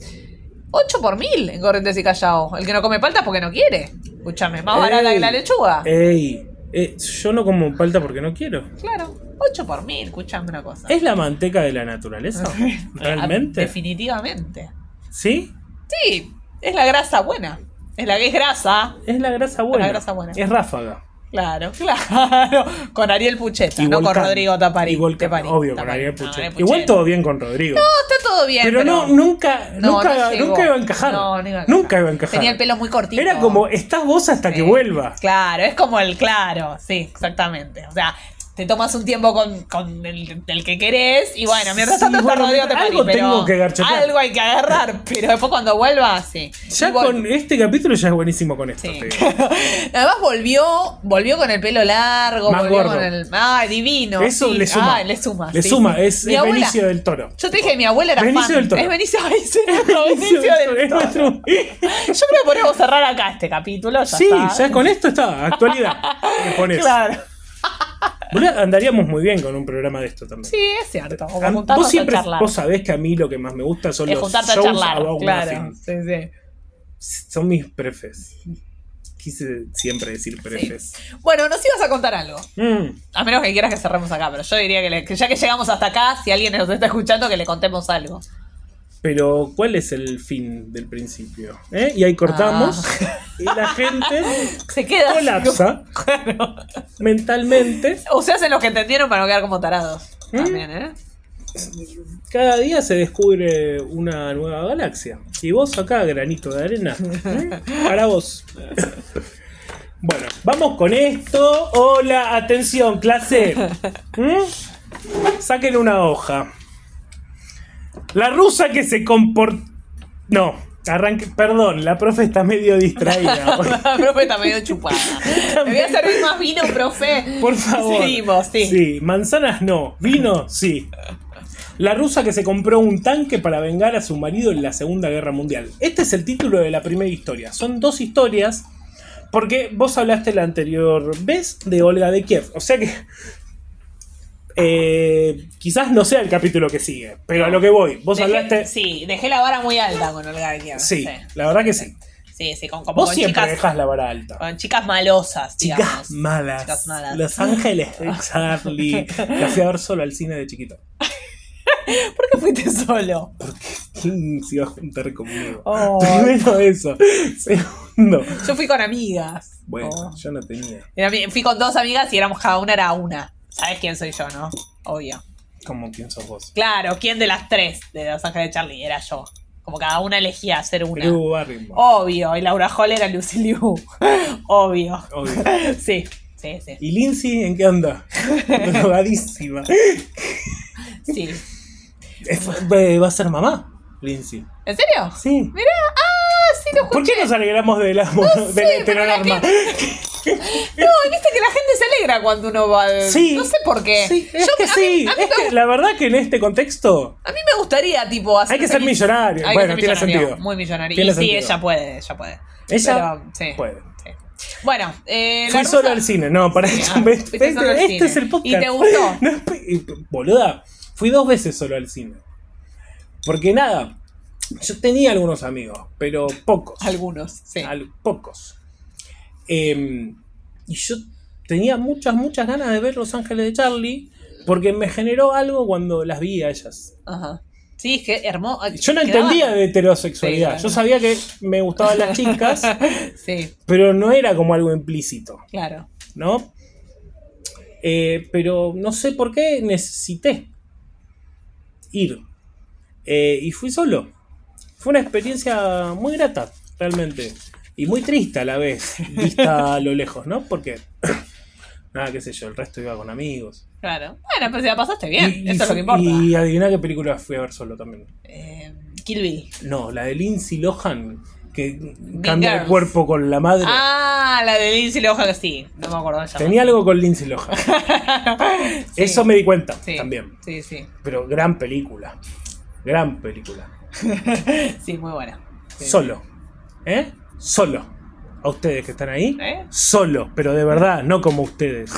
S2: 8 por mil en Corrientes y Callao. El que no come palta es porque no quiere. Escúchame, más barata
S1: Ey,
S2: que la lechuga.
S1: Ey, eh, yo no como palta porque no quiero.
S2: Claro, 8 por mil, escúchame una cosa. [LAUGHS]
S1: ¿Es la manteca de la naturaleza?
S2: Ah,
S1: ¿Realmente?
S2: Definitivamente.
S1: ¿Sí?
S2: Sí, es la grasa buena. Es la que es grasa.
S1: Es la grasa buena.
S2: La grasa buena.
S1: Es ráfaga.
S2: Claro, [LAUGHS] claro. Con Ariel Pucheta,
S1: Y
S2: no con
S1: Volcán.
S2: Rodrigo Tapari.
S1: Y Volcán,
S2: Tapari,
S1: obvio, con
S2: Tapari.
S1: Ariel
S2: No,
S1: Pucheta.
S2: Ariel
S1: Igual
S2: Pucheta.
S1: todo bien con Rodrigo.
S2: No, está todo bien.
S1: pero, no, nunca,
S2: no,
S1: nunca,
S2: no llegó.
S1: nunca iba a encajar.
S2: No, no iba a encajar.
S1: Nunca iba a encajar.
S2: Tenía el pelo muy cortito.
S1: Era como, estás vos hasta que
S2: Sí.
S1: vuelva.
S2: Claro, es como el claro, sí, exactamente. O sea, te tomas un tiempo con, con el, el que querés y bueno, mientras
S1: Sí,
S2: tanto está
S1: bueno,
S2: rodeado de
S1: algo
S2: París, pero
S1: tengo que garchotear.
S2: Algo hay que agarrar, pero después cuando vuelva, sí.
S1: Ya
S2: Y vol-
S1: con este capítulo ya es buenísimo con esto.
S2: sí.
S1: te digo.
S2: [LAUGHS] Además volvió, volvió con el pelo largo,
S1: Más
S2: volvió
S1: gordo.
S2: con el. Ah, divino.
S1: Eso
S2: sí.
S1: le suma.
S2: Ah, le suma.
S1: Le
S2: sí,
S1: suma,
S2: sí.
S1: es,
S2: Mi
S1: es
S2: abuela-
S1: Benicio del Toro.
S2: Yo te dije que mi abuela era
S1: Benicio
S2: fan.
S1: del Toro.
S2: Es Benicio, [LAUGHS] ay, sí, [LAUGHS] Benicio
S1: [LAUGHS]
S2: del
S1: Es
S2: Toro.
S1: nuestro-
S2: Yo creo que podemos cerrar acá este capítulo. Ya
S1: Sí,
S2: está.
S1: ya con esto está,
S2: [LAUGHS]
S1: actualidad. Le pones.
S2: Claro.
S1: Boluda, Andaríamos muy bien con un programa de esto también.
S2: Sí, es cierto. Como
S1: A-
S2: juntarnos
S1: vos siempre,
S2: a charlar.
S1: vos sabés que a mí lo que más me gusta son
S2: es
S1: los
S2: juntarte a
S1: shows
S2: charlar.
S1: about
S2: Claro.
S1: nothing.
S2: Sí, sí.
S1: Son mis prefes. Quise siempre decir prefes.
S2: Bueno, nos ibas a contar algo.
S1: Mm.
S2: A menos que quieras que cerremos acá, pero yo diría que, le- que ya que llegamos hasta acá, si alguien nos está escuchando, que le contemos algo.
S1: Pero, ¿cuál es el fin del principio? ¿Eh? Y ahí cortamos.
S2: Ah.
S1: Y la gente
S2: [LAUGHS] Se queda. así
S1: colapsa
S2: como- Claro.
S1: mentalmente.
S2: O se hacen los que entendieron para no quedar como tarados. También, ¿eh? [LAUGHS]
S1: Cada día se descubre una nueva galaxia. Y vos acá, granito de arena. ¿eh? Para vos. Bueno, vamos con esto. Hola, atención, clase. ¿Mm? Saquen una hoja. La rusa que se comportó. No, arranque. Perdón, la profe está medio distraída. hoy.
S2: La profe está medio
S1: [LAUGHS]
S2: chupada. Me voy a servir más vino, profe.
S1: Por favor.
S2: Seguimos, sí.
S1: Sí, manzanas no, vino sí. La rusa que se compró un tanque para vengar a su marido en la Segunda Guerra Mundial. Este es el título de la primera historia. Son dos historias porque vos hablaste la anterior vez de Olga de Kiev. O sea que eh, quizás no sea el capítulo que sigue, pero a lo que voy. Vos
S2: Dejé-
S1: hablaste...
S2: Sí, dejé la vara muy alta con Olga de Kiev,
S1: Sí, la verdad que sí.
S2: Sí, sí, con, como
S1: Vos
S2: con
S1: siempre
S2: chicas.
S1: dejás la vara alta.
S2: Con chicas malosas, digamos.
S1: Chicas malas.
S2: Chicas malas.
S1: Los Ángeles
S2: [LAUGHS]
S1: de Charlie. La fui a ver solo al cine de chiquito. [LAUGHS]
S2: ¿Por qué fuiste solo?
S1: ¿Quién se iba a juntar conmigo?
S2: Oh.
S1: Primero eso. Segundo.
S2: Yo fui con amigas.
S1: Bueno,
S2: Oh.
S1: yo no tenía.
S2: Era mi- fui con dos amigas y éramos cada una era una. ¿Sabes quién soy yo, no? Obvio.
S1: Como quién sos vos.
S2: Claro, ¿quién de las tres de Los Ángeles de Charlie era yo? Como cada una elegía ser una.
S1: Drew Barrymore.
S2: Oh. Obvio. Y Laura Hall era Lucy Liu. [LAUGHS] Obvio.
S1: Obvio.
S2: Sí, sí, sí.
S1: ¿Y Lindsay en qué
S2: [LAUGHS]
S1: onda? Drogadísima.
S2: sí.
S1: Es- eh, Va a ser mamá, Lindsay.
S2: ¿En serio?
S1: Sí.
S2: Mirá, ah, sí, lo
S1: ¿Por
S2: escuché.
S1: qué nos alegramos de la, de la
S2: sé, pero la
S1: heteronorma?
S2: No, y viste que la gente se alegra cuando uno va. al-
S1: Sí.
S2: No sé por qué.
S1: Sí, es
S2: Yo-
S1: que
S2: a mí-
S1: sí.
S2: a mí
S1: Es
S2: me
S1: que la verdad que en este contexto
S2: A mí me gustaría, tipo, hacer.
S1: Hay que ser
S2: feliz-
S1: millonario.
S2: Hay que
S1: Bueno,
S2: ser
S1: tiene
S2: millonario,
S1: sentido.
S2: Muy millonario.
S1: Tiene
S2: y
S1: sentido.
S2: sí, ella puede, ella puede.
S1: Ella
S2: Pero, sí,
S1: puede.
S2: sí. Bueno, eh,
S1: Fui
S2: la
S1: solo
S2: rusa-
S1: al cine, no, para
S2: ah,
S1: este,
S2: fuiste solo al
S1: este
S2: cine.
S1: es el podcast.
S2: ¿Y te gustó?
S1: [LAUGHS] No, espe- boluda, fui dos veces solo al cine. Porque nada, yo tenía algunos amigos, pero pocos.
S2: Algunos, sí.
S1: Al- pocos. Em, y yo tenía muchas, muchas ganas de ver Los Ángeles de Charlie porque me generó algo cuando las vi a ellas.
S2: Ajá. Sí, es que hermoso.
S1: Yo no entendía de heterosexualidad.
S2: Sí, claro.
S1: Yo sabía que me gustaban las
S2: [LAUGHS]
S1: chicas,
S2: Sí,
S1: pero no era como algo implícito,
S2: claro.
S1: ¿no? Eh, pero no sé por qué necesité ir. Eh, y fui solo. Fue una experiencia muy grata, realmente. Y muy triste a la
S2: [LAUGHS]
S1: vez, vista a lo lejos, ¿no? Porque, [COUGHS] nada, qué sé yo, el resto iba con amigos.
S2: Claro. Bueno, pero si la pasaste bien,
S1: Y- y
S2: eso es lo
S1: fu-
S2: que importa.
S1: Y adivina qué película fui a ver solo también.
S2: Eh, Kill Bill.
S1: No, la de Lindsay Lohan, que cambia
S2: Girls.
S1: el cuerpo con la madre.
S2: Ah, la de Lindsay Lohan, que sí. No me acuerdo de ella.
S1: Tenía algo con Lindsay Lohan.
S2: [LAUGHS] Sí,
S1: Eso me di cuenta
S2: sí,
S1: también.
S2: Sí, sí.
S1: Pero gran película. Gran película.
S2: Sí, muy buena. Sí.
S1: Solo. ¿Eh? Solo. A ustedes que están ahí.
S2: ¿Eh?
S1: Solo, pero de verdad, no como
S2: [LAUGHS]
S1: ustedes.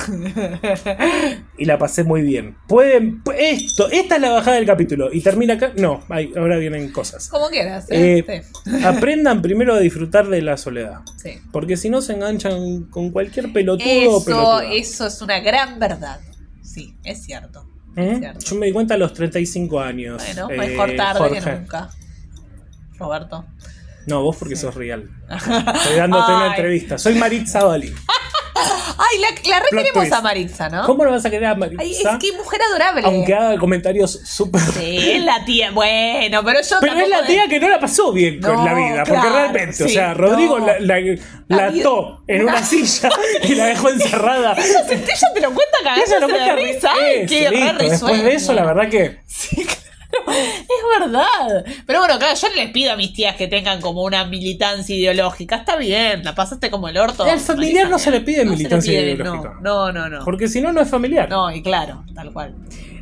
S1: y la pasé muy bien. Pueden. pu- Esto, esta es la bajada del capítulo. ¿Y termina acá? No, ahí, ahora vienen cosas.
S2: Como quieras. ¿eh?
S1: Eh,
S2: Sí.
S1: Aprendan primero a disfrutar de la soledad.
S2: Sí.
S1: Porque si no se enganchan con cualquier pelotudo o
S2: Eso,
S1: pelotuda.
S2: eso es una gran verdad. Sí, es cierto.
S1: ¿Mm?
S2: cierto.
S1: Yo me di cuenta a los 35 años.
S2: Bueno,
S1: eh,
S2: mejor tarde
S1: Jorge.
S2: que nunca. Roberto.
S1: No, vos porque sos
S2: [LAUGHS]
S1: real. Estoy dándote
S2: Ay.
S1: una entrevista. Soy Maritza Bali.
S2: Ay, la, la re
S1: Plot
S2: queremos
S1: twist.
S2: a Maritza, ¿no?
S1: ¿Cómo no vas a querer a Maritza?
S2: Ay, es que mujer adorable.
S1: Aunque haga comentarios súper.
S2: Sí, es la tía. Bueno, pero yo
S1: Pero es
S2: tampoco
S1: la
S2: de-
S1: tía que no la pasó bien
S2: No,
S1: con la vida.
S2: claro,
S1: porque realmente, o
S2: sí,
S1: sea, Rodrigo
S2: no.
S1: la, la- la
S2: vida-
S1: ató en
S2: [LAUGHS]
S1: una silla y la dejó encerrada.
S2: [LAUGHS] Ella, se- ella te lo cuenta
S1: Ella
S2: cagándose
S1: lo cuenta
S2: de
S1: re-
S2: risa. Ay,
S1: eso,
S2: qué re
S1: listo. Después de eso,
S2: risueño.
S1: la verdad que.
S2: Sí, claro. Es verdad. Pero bueno, claro, yo no les pido a mis tías que tengan como una militancia ideológica. Está bien, la pasaste como el orto.
S1: Al familiar no se le pide
S2: No se le
S1: militancia
S2: pide,
S1: ideológica.
S2: No, no, no. No,
S1: Porque si no, no es familiar.
S2: No, y claro, tal cual.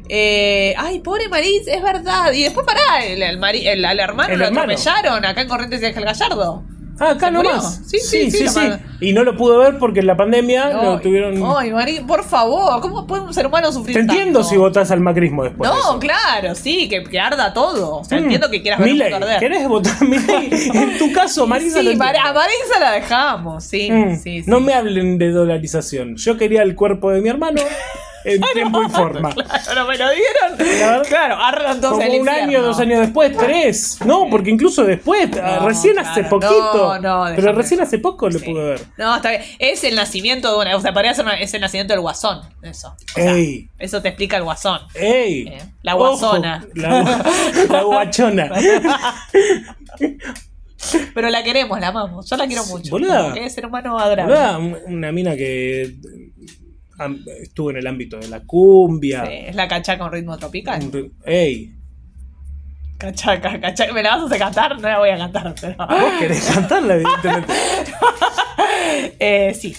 S2: Eh, ay, pobre Maritz, es verdad. Y después pará, el, el mari- el- al hermano
S1: El
S2: lo
S1: hermano.
S2: atropellaron acá en Corrientes de Ángel Gallardo.
S1: Ah, acá
S2: ¿Se murió?
S1: nomás.
S2: Sí, sí, sí, nomás.
S1: Y no lo pudo ver porque en la pandemia lo
S2: Ay,
S1: tuvieron.
S2: Ay, Maritz, por favor, ¿cómo puede un ser humano sufrir
S1: Te entiendo
S2: tanto?
S1: si votás al macrismo después.
S2: No,
S1: de eso. Mm.
S2: claro, sí, que, que arda todo. O sea, entiendo que quieras ver un
S1: Milei,
S2: mundo arder.
S1: ¿Querés votar
S2: [LAUGHS]
S1: Milei? En tu caso, Marisa.
S2: sí,
S1: lo
S2: Mar-
S1: entiendo.
S2: a Marisa la dejamos, sí,
S1: Mm,
S2: sí, sí.
S1: No me hablen de dolarización. Yo quería el cuerpo de mi
S2: [LAUGHS]
S1: hermano en tiempo y forma.
S2: Claro, no me lo dieron.
S1: La verdad,
S2: Claro, ardan todos
S1: Como
S2: el
S1: un año,
S2: infierno.
S1: dos años después, tres. No, porque incluso después, ah, recién hace
S2: claro,
S1: poquito.
S2: no, no,
S1: pero
S2: déjame.
S1: recién hace poco lo
S2: Sí.
S1: pude ver.
S2: No, está bien. Es el nacimiento de una. O sea, podría ser una- es el nacimiento del guasón. Eso. O sea,
S1: Ey.
S2: Eso te explica el guasón.
S1: ¡Ey!
S2: Eh, la
S1: Ojo,
S2: guasona.
S1: la,
S2: [LAUGHS]
S1: gua- la guachona.
S2: Pero la queremos, la amamos. Yo la quiero mucho.
S1: boluda.
S2: Es ser humano adorable.
S1: ¿Verdad? Un- Una mina que am- estuvo en el ámbito de la cumbia.
S2: Sí, es la cachaca con ritmo tropical.
S1: Un- ¡Ey!
S2: Cachaca, cachaca. ¿Me la vas a hacer cantar? No la voy a cantar, pero.
S1: Vos querés
S2: Ah.
S1: cantarla, evidentemente.
S2: Eh, sí.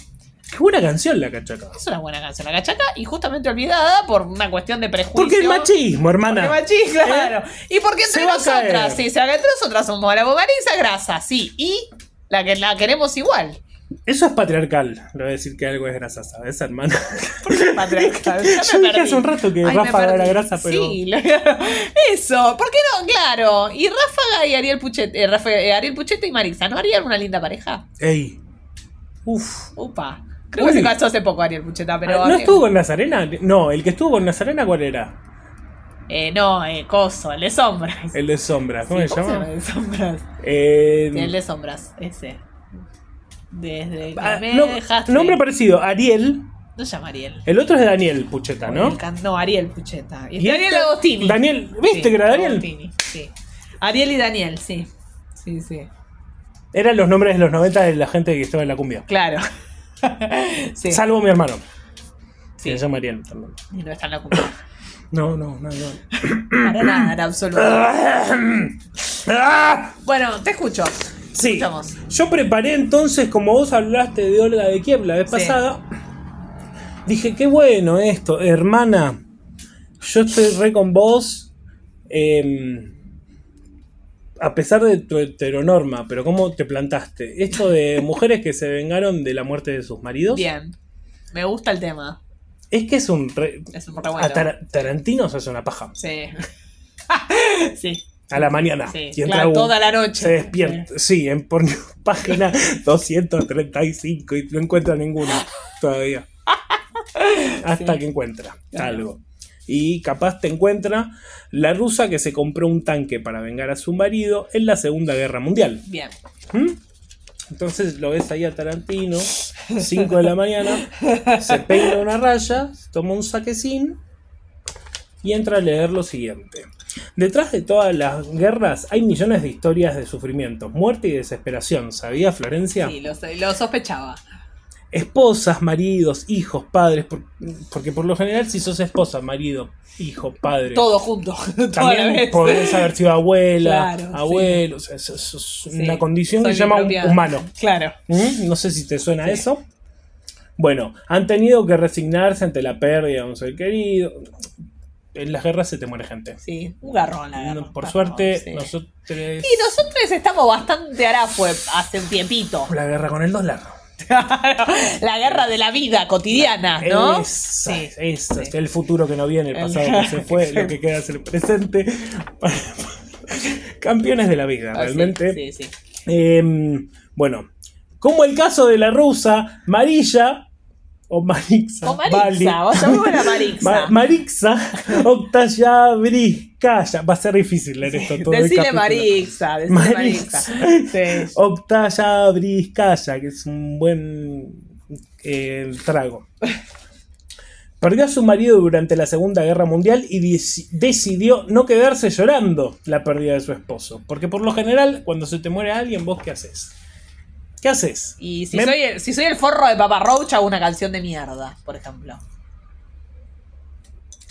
S1: Qué buena canción la cachaca.
S2: Es una buena canción, la cachaca, y justamente olvidada por una cuestión de prejuicio.
S1: Porque el machismo,
S2: Porque
S1: hermana.
S2: machi- claro. Y porque entre
S1: ¿Eh? Se va a
S2: nosotras,
S1: caer.
S2: sí, se va a caer. entre nosotras somos la bobariza grasa, sí. Y la que la queremos igual.
S1: Eso es patriarcal. Le voy a decir que algo es grasa, ¿sabes, hermana? [LAUGHS]
S2: patriarcal. Ya
S1: Yo
S2: me
S1: dije
S2: perdí.
S1: hace un rato que
S2: Ay, me
S1: Ráfaga
S2: perdí.
S1: era grasa, pero.
S2: Sí, lo- [LAUGHS] eso. ¿Por qué no? Claro. Y Ráfaga y Ariel Puchete, eh, Rafa- eh, Ariel Puchete y Marisa, ¿no harían una linda pareja?
S1: ¡Ey! Uf.
S2: Upa. Creo
S1: Uy. Ah,
S2: que se casó hace poco Ariel Pucheta, pero...
S1: ¿No estuvo con Nazarena? No, el que estuvo con Nazarena, ¿cuál era?
S2: Eh, no, eh, Coso, el de sombras.
S1: El de sombras. ¿Cómo
S2: Sí,
S1: se
S2: ¿cómo
S1: llama?
S2: El de sombras.
S1: Eh,
S2: Sí, el de sombras, ese. Desde que
S1: ah,
S2: me
S1: no-
S2: dejaste.
S1: nombre parecido, Ariel.
S2: No se llama Ariel.
S1: El otro es Daniel Pucheta, ¿no?
S2: El can- no, Ariel Pucheta. Y,
S1: Y
S2: Daniel
S1: este-
S2: Agostini.
S1: Daniel, ¿viste que era Daniel?
S2: Agostini, sí. Ariel y Daniel, sí. Sí, sí.
S1: Eran los nombres de los 90 de la gente que estaba en la cumbia.
S2: Claro. [LAUGHS] sí.
S1: Salvo mi hermano.
S2: Sí.
S1: Se llama Ariel también.
S2: Y no está en la cumbre.
S1: No, no, no, no.
S2: Para nada, en absoluto.
S1: [LAUGHS] ¡Ah!
S2: Bueno, te escucho.
S1: Sí.
S2: Escuchamos.
S1: Yo preparé entonces, como vos hablaste de Olga de Kiev la vez
S2: Sí.
S1: pasada, dije, qué bueno esto, hermana, yo estoy re con vos, eh, a pesar de tu heteronorma, pero ¿cómo te plantaste? Esto
S2: [LAUGHS]
S1: de mujeres que se vengaron de la muerte de sus maridos,
S2: Bien. Me gusta el tema.
S1: es que es un... re-
S2: Es un re bueno.
S1: A Tara- Tarantino se hace una paja.
S2: Sí. [LAUGHS] sí.
S1: A la mañana.
S2: Sí.
S1: y entra
S2: Claro,
S1: un-
S2: toda la noche.
S1: Se despierta, sí, [LAUGHS] en porno, página 235 y no encuentra ninguno todavía. Hasta que encuentra algo. Y capaz te encuentra la rusa que se compró un tanque para vengar a su marido en la Segunda Guerra Mundial.
S2: Bien.
S1: ¿Mm? Entonces lo ves ahí a Tarantino, 5 de la mañana, se peina una raya, toma un saquecín y entra a leer lo siguiente. Detrás de todas las guerras hay millones de historias de sufrimiento, muerte y desesperación. ¿Sabía Florencia?
S2: Sí, lo, lo sospechaba.
S1: Esposas, maridos, hijos, padres, por- porque por lo general si sos esposa, marido, hijo, padre,
S2: Todo junto. [LAUGHS] toda la
S1: también
S2: vez.
S1: podés haber sido abuela,
S2: Claro, sí.
S1: abuelo, o sea, eso- eso es una
S2: Sí,
S1: condición que
S2: soy
S1: se llama
S2: impropia.
S1: humano.
S2: Claro.
S1: ¿Mm? No sé si te suena eso. Bueno, han tenido que resignarse ante la pérdida de un ser querido. En las guerras se te muere gente.
S2: Sí, un garrón la
S1: No,
S2: garrón,
S1: por
S2: garrón,
S1: suerte,
S2: sí.
S1: nosotros.
S2: Y nosotros estamos bastante arafue hace un tiempito.
S1: La guerra con el dólar.
S2: la guerra de la vida cotidiana, Ah, ¿no?
S1: Esa,
S2: Sí.
S1: esa,
S2: Sí.
S1: El futuro que no viene, el
S2: El-
S1: pasado
S2: [LAUGHS]
S1: que se fue, lo que queda es el presente. [LAUGHS] Campeones de la vida,
S2: Ah, sí,
S1: realmente.
S2: Sí, sí.
S1: Em, bueno, como el caso de la rusa, Marilla o Marixa.
S2: O
S1: Ah, Vali.
S2: Marixa, vos
S1: [LAUGHS]
S2: llamemos a la Marixa.
S1: Ma- Marixa
S2: [LAUGHS]
S1: Octayabriskaya. Va a ser difícil leer esto todo. el
S2: decile
S1: capítulo.
S2: Marixa, decile
S1: Marixa. [LAUGHS]
S2: Marixa. Sí.
S1: Octayabriskaya, que es un buen eh, trago. Perdió a su marido durante la Segunda Guerra Mundial y deci- decidió no quedarse llorando la pérdida de su esposo. Porque por lo general, cuando se te muere alguien, vos qué haces? ¿Qué haces?
S2: Y si,
S1: Me-
S2: soy el, si soy el forro de Papa Roach, hago una canción de mierda, por ejemplo.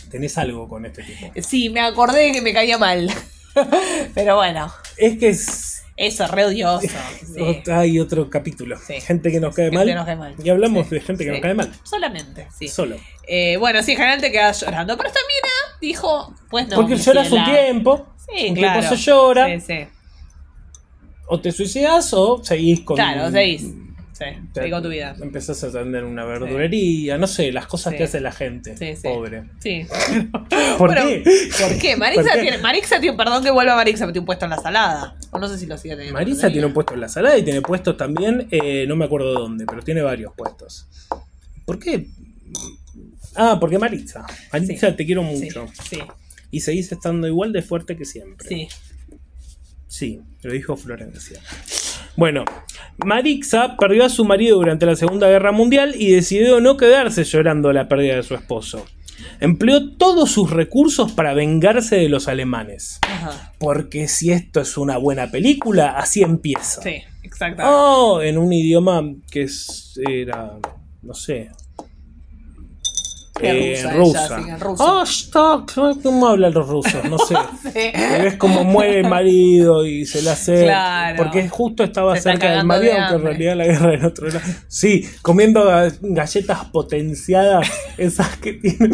S1: Tenés algo con este tipo.
S2: Sí, me acordé que me caía mal. [LAUGHS] Pero bueno,
S1: Es que es-
S2: eso es re
S1: [LAUGHS]
S2: odioso. Sí.
S1: ot- hay otro capítulo.
S2: Sí.
S1: Gente que nos cae
S2: Gente
S1: mal.
S2: que nos cae mal.
S1: Y hablamos
S2: Sí.
S1: de gente que
S2: Sí.
S1: nos cae mal.
S2: Solamente, sí.
S1: Solo.
S2: Eh, bueno, sí, en general te quedas llorando. Pero esta mina dijo, pues no.
S1: Porque
S2: mi
S1: lloras un
S2: ciela.
S1: tiempo.
S2: Sí,
S1: un
S2: claro.
S1: tiempo se llora.
S2: Sí, sí.
S1: O te suicidas o seguís con.
S2: Claro, seguís. Sí,
S1: te-
S2: seguí con tu vida.
S1: Empezás a atender una verdulería. No sé, las cosas
S2: Sí.
S1: que hace la gente.
S2: Sí, sí. [LAUGHS]
S1: Pobre.
S2: Sí.
S1: ¿Por
S2: Bueno,
S1: qué?
S2: [LAUGHS] ¿Por qué? Marixa,
S1: ¿Por qué?
S2: Tiene, Marixa tiene, perdón que vuelva Marixa, pero tiene un puesto en la salada. O no sé si lo sigue teniendo.
S1: Marisa tiene
S2: todavía.
S1: un puesto en la salada y tiene puestos también, eh, no me acuerdo dónde, pero tiene varios puestos. ¿Por qué? Ah, porque Marisa. Marisa, te quiero mucho.
S2: Sí,
S1: Y seguís estando igual de fuerte que siempre.
S2: sí, sí.
S1: Sí, lo dijo Florencia. Bueno, Marixa perdió a su marido durante la Segunda Guerra Mundial y decidió no quedarse llorando la pérdida de su esposo. Empleó todos sus recursos para vengarse de los alemanes.
S2: Ajá.
S1: Porque si esto es una buena película, así empieza.
S2: Sí, exactamente.
S1: Oh, en un idioma que es- era, no sé. Eh,
S2: Que rusa ella, así que en ruso.
S1: Oh, stock, ¿cómo hablan los rusos? No
S2: [LAUGHS]
S1: sé.
S2: Sí.
S1: Y ves cómo muere el marido y se la hace.
S2: Claro.
S1: Porque justo estaba
S2: Se está
S1: cerca del
S2: cagando
S1: marido,
S2: de
S1: aunque en
S2: hambre.
S1: realidad la guerra en otro lado. Sí, comiendo ga- galletas
S2: [LAUGHS]
S1: potenciadas, esas que tienen.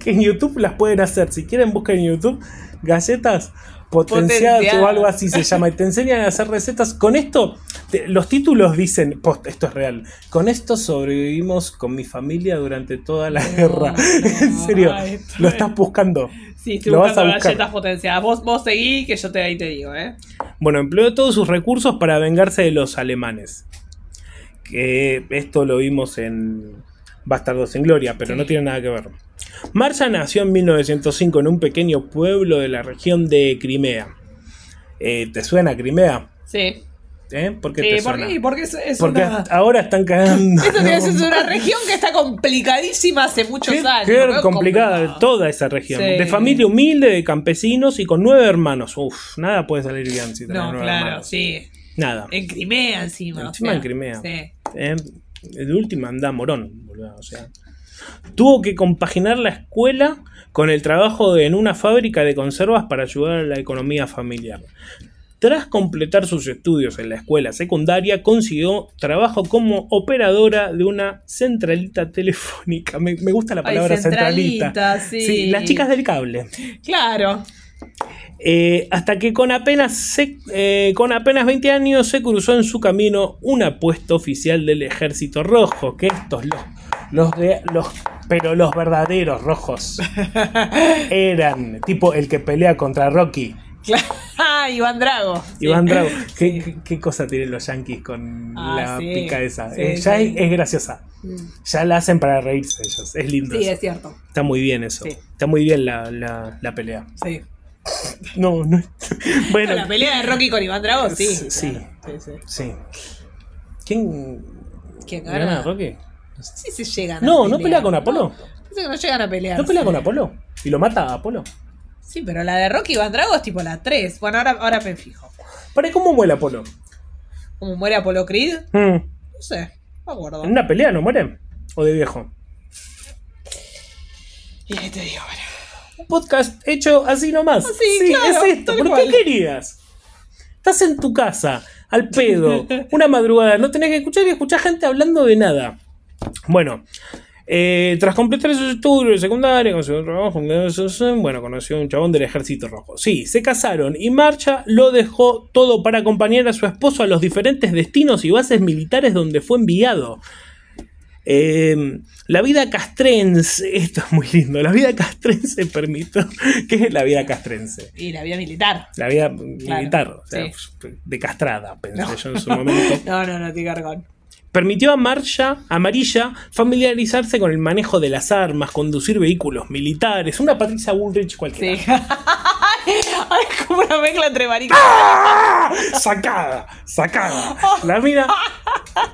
S1: que en YouTube las pueden hacer. Si quieren, busquen en YouTube galletas potenciadas
S2: Potenciadas.
S1: o algo así se llama. Y te enseñan a hacer recetas. Con esto, te- los títulos dicen, post, esto es real. Con esto sobrevivimos con mi familia durante toda la guerra. [LAUGHS] en serio,
S2: Ay,
S1: lo estás buscando.
S2: Sí, estoy
S1: Lo vas a
S2: buscando
S1: buscar.
S2: galletas potenciadas. Vos, vos seguí que yo te ahí te digo, ¿eh?
S1: Bueno, empleó todos sus recursos para vengarse de los alemanes. Que esto lo vimos en Bastardos en Gloria, pero
S2: Sí.
S1: no tiene nada que ver. Marsha nació en 1905 en un pequeño pueblo de la región de Crimea. Eh, ¿Te suena Crimea?
S2: Sí.
S1: ¿Eh? ¿Por qué
S2: Sí,
S1: te
S2: ¿por
S1: suena?
S2: qué? Porque es, es
S1: Porque
S2: una...
S1: hasta ahora están cagando.
S2: [LAUGHS] Eso te iba
S1: [LAUGHS]
S2: a decir, es una región que está complicadísima hace muchos
S1: Qué-
S2: años.
S1: qué
S2: ¿no?
S1: complicada de
S2: Complicado.
S1: toda esa región.
S2: Sí.
S1: De familia humilde, de campesinos y con nueve hermanos. Uf, nada puede salir bien si tenés
S2: No,
S1: nueve
S2: claro,
S1: hermanos.
S2: sí.
S1: Nada.
S2: En Crimea encima. o
S1: Encima
S2: sea,
S1: en Crimea.
S2: Sí.
S1: Eh, de última anda morón, boludo, o sea. Tuvo que compaginar la escuela con el trabajo de- en una fábrica de conservas para ayudar a la economía familiar. Tras completar sus estudios en la escuela secundaria, consiguió trabajo como operadora de una centralita telefónica. Me, me gusta la
S2: Ay,
S1: palabra centralita.
S2: centralita, sí.
S1: Sí, las chicas del cable.
S2: Claro.
S1: Eh, hasta que con apenas, se- eh, con apenas 20 años se cruzó en su camino un apuesto oficial del Ejército Rojo, que estos los, los de los pero los verdaderos
S2: [LAUGHS]
S1: rojos eran tipo el que pelea contra Rocky.
S2: Claro. Ah, Iván Drago. Sí.
S1: Iván Drago. ¿Qué, qué- qué cosa tienen los yankees con
S2: Ah,
S1: la
S2: sí.
S1: pica esa?
S2: Sí,
S1: Eh, ya
S2: sí.
S1: Es, es graciosa. Ya la hacen para reírse ellos. Es lindo.
S2: [LAUGHS] Sí,
S1: eso.
S2: es cierto.
S1: Está muy bien eso.
S2: Sí.
S1: Está muy bien la, la- la pelea.
S2: Sí.
S1: No, no. [LAUGHS] Bueno,
S2: la pelea de Rocky con Iván Drago, sí.
S1: Sí, sí.
S2: claro. Sí, sí.
S1: sí. ¿Quién
S2: ¿Quién gana?
S1: gana, Rocky?
S2: Sí, se llegan. a
S1: No, ¿no pelea
S2: pelear,
S1: con Apolo?
S2: Dice que no llegan a pelear.
S1: ¿No pelea con Apolo? ¿Y lo mata a Apolo?
S2: Sí, pero la de Rocky y Iván Drago es tipo la 3. Bueno, ahora, ahora me fijo.
S1: ¿Para cómo muere Apolo?
S2: Como muere Apolo Creed,
S1: Mm,
S2: no sé, no me acuerdo.
S1: ¿En una pelea no muere? ¿O de viejo?
S2: Y ahí te digo, bueno.
S1: Un podcast hecho así nomás.
S2: Así, claro,
S1: es esto.
S2: tal
S1: ¿Por
S2: cual.
S1: qué querías? Estás en tu casa, al
S2: [LAUGHS]
S1: pedo, una madrugada, no tenés que escuchar y escuchar gente hablando de nada. Bueno, eh, tras completar sus estudios secundarios, consiguió un trabajo, bueno, conoció a un chabón del ejército rojo. Sí, se casaron y Marcha lo dejó todo para acompañar a su esposo a los diferentes destinos y bases militares donde fue enviado. Eh, la vida castrense, esto es muy lindo, la vida castrense permitió, [LAUGHS] ¿qué es la vida castrense?
S2: Y la vida militar.
S1: La vida militar, o sea, pues, decastrada, pensé
S2: No.
S1: yo en su
S2: [LAUGHS]
S1: momento.
S2: No, no, no, te cargón.
S1: Permitió a Marcha Amarilla familiarizarse con el manejo de las armas, conducir vehículos militares, una Patricia Bullrich
S2: Sí. [LAUGHS]
S1: cualquiera.
S2: Ay, es como una mezcla entre marica.
S1: ¡Ah! Sacada, sacada. La mina.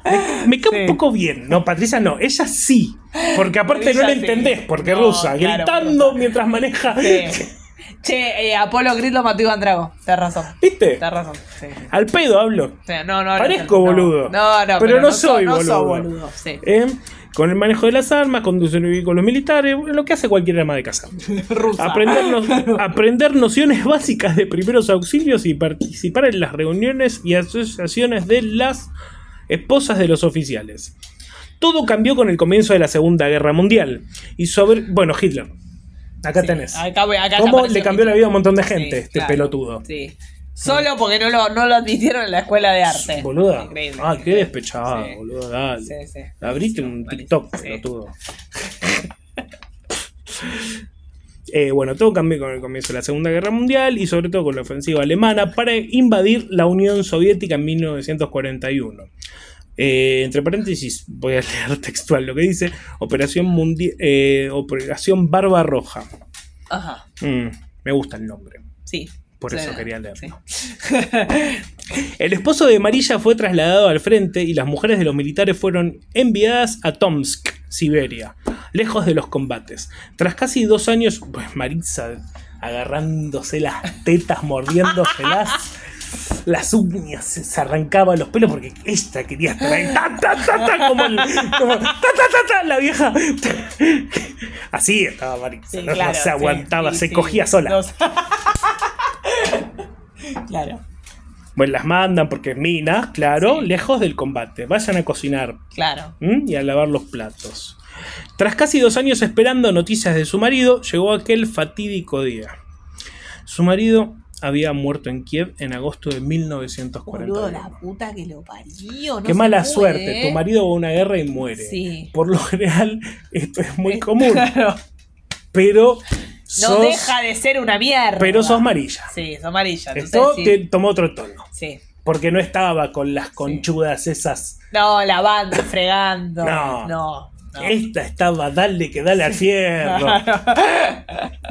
S1: Me- Me cae un
S2: Sí.
S1: poco bien. No, Patricia no, ella sí. Porque aparte
S2: Ella
S1: no la
S2: sí.
S1: entendés, porque
S2: No,
S1: rusa,
S2: claro,
S1: gritando mientras maneja.
S2: Sí. [LAUGHS] Che, eh, Apolo Creed lo mató Iván Drago. Tenés razón.
S1: ¿Viste?
S2: Tenés razón. Sí.
S1: Al pedo hablo.
S2: O sea, no, no, no,
S1: Parezco
S2: no.
S1: boludo.
S2: No, no,
S1: pero, no,
S2: so-
S1: soy
S2: no
S1: boludo.
S2: sos boludo. Sí. [LAUGHS]
S1: ¿Eh? Con el manejo de las armas, conducir vehículos militares, bueno, lo que hace cualquier ama de casa.
S2: Rusa.
S1: Aprender,
S2: [LAUGHS]
S1: no- aprender nociones básicas de primeros auxilios y participar en las reuniones y asociaciones de las esposas de los oficiales. Todo cambió con el comienzo de la Segunda Guerra Mundial. Y sobre. Bueno, Hitler. Acá
S2: Sí.
S1: tenés.
S2: Acá, acá ya
S1: ¿Cómo
S2: apareció
S1: le cambió la
S2: Hitler.
S1: vida a un montón de
S2: Sí,
S1: gente este
S2: claro.
S1: pelotudo?
S2: Sí. Solo porque no lo, no lo admitieron en la escuela de arte.
S1: Boluda.
S2: Increíble.
S1: ah, qué despechada,
S2: Sí.
S1: boludo. Dale.
S2: Sí, sí.
S1: Abriste
S2: Sí,
S1: un
S2: vale.
S1: TikTok,
S2: Sí.
S1: pelotudo. [LAUGHS] Eh, bueno, todo cambió con el comienzo de la Segunda Guerra Mundial y sobre todo con la ofensiva alemana para invadir la Unión Soviética en 1941. Eh, entre paréntesis, voy a [LAUGHS] leer textual lo que dice: Operación, Mundi- eh, Operación Barba Roja.
S2: Ajá.
S1: Mm, me gusta el nombre.
S2: Sí.
S1: Por
S2: Sí.
S1: eso quería leerlo.
S2: Sí.
S1: El esposo de Marilla fue trasladado al frente y las mujeres de los militares fueron enviadas a Tomsk, Siberia, lejos de los combates. Tras casi dos años, pues Maritza agarrándose las tetas,
S2: [LAUGHS]
S1: mordiéndoselas, las uñas, se se arrancaba los pelos porque ella quería estar ahí, ta, ta, ta, ta, como, el- como ta, ta, ta, ta, la vieja. [LAUGHS] Así estaba Maritza, [LAUGHS]
S2: Sí,
S1: no,
S2: claro,
S1: se
S2: sí,
S1: aguantaba,
S2: sí,
S1: se
S2: sí.
S1: cogía sola.
S2: Dos. [LAUGHS] claro,
S1: Bueno, Pues las mandan porque es minas, claro,
S2: Sí.
S1: lejos del combate. Vayan a cocinar
S2: claro.
S1: ¿m? y a lavar los platos. Tras casi dos años esperando noticias de su marido, llegó aquel fatídico día. Su marido había muerto en Kiev en agosto de
S2: Boludo, la
S1: 1941.
S2: puta que lo parió. no
S1: Qué
S2: se
S1: mala
S2: puede,
S1: suerte,
S2: ¿eh?
S1: tu marido va a una guerra y muere.
S2: Sí.
S1: Por lo general, esto es muy
S2: [LAUGHS] Eh,
S1: [LAUGHS] común,
S2: Claro.
S1: pero
S2: No
S1: sos,
S2: deja de ser una mierda.
S1: pero sos amarilla.
S2: Sí, sos amarilla. entonces
S1: Esto
S2: sí.
S1: te tomó otro tono,
S2: Sí.
S1: porque no estaba con las conchudas esas
S2: No, la banda fregando.
S1: No.
S2: No. No.
S1: Esta estaba, dale que dale al
S2: [LAUGHS]
S1: fierro.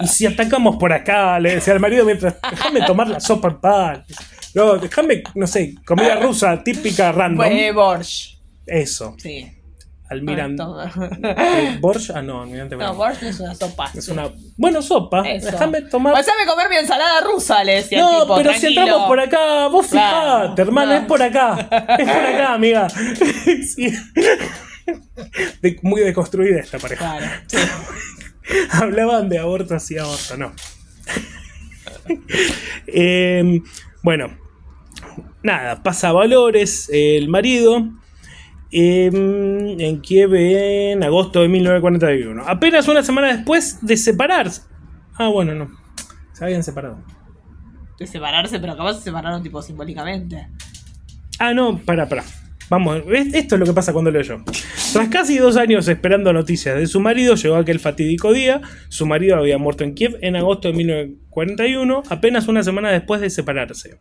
S1: y si atacamos por acá, le decía al marido mientras, déjame tomar la sopa en pan. No, déjame, no sé, comida rusa típica random.
S2: Pues, eh, Borsch.
S1: Eso,
S2: Sí.
S1: almirante. [LAUGHS]
S2: Ah,
S1: eh, Borsch, ah, no, almirante.
S2: No,
S1: Brown.
S2: Borsch no es una sopa.
S1: Es una. Bueno, sopa,
S2: Eso.
S1: déjame tomar.
S2: Pasame a comer mi ensalada rusa, le decía.
S1: no,
S2: el tipo,
S1: pero si
S2: tranquilo.
S1: entramos por acá, vos
S2: Claro,
S1: fijate, hermana,
S2: no.
S1: es por acá. Es por acá, amiga. [LAUGHS] Sí. De- muy deconstruida esta pareja.
S2: Claro.
S1: [LAUGHS] Hablaban de aborto así aborto, no. [LAUGHS] Eh, bueno, nada, pasa valores eh, el marido eh, en Kiev en agosto de 1941. Apenas una semana después de separarse. Ah, bueno, no. Se habían separado.
S2: De separarse, pero capaz se separaron tipo simbólicamente.
S1: Ah, no, para, para. Vamos, es- esto es lo que pasa cuando leo yo. Tras casi dos años esperando noticias de su marido, llegó aquel fatídico día. Su marido había muerto en Kiev en agosto de 1941, apenas una semana después de separarse.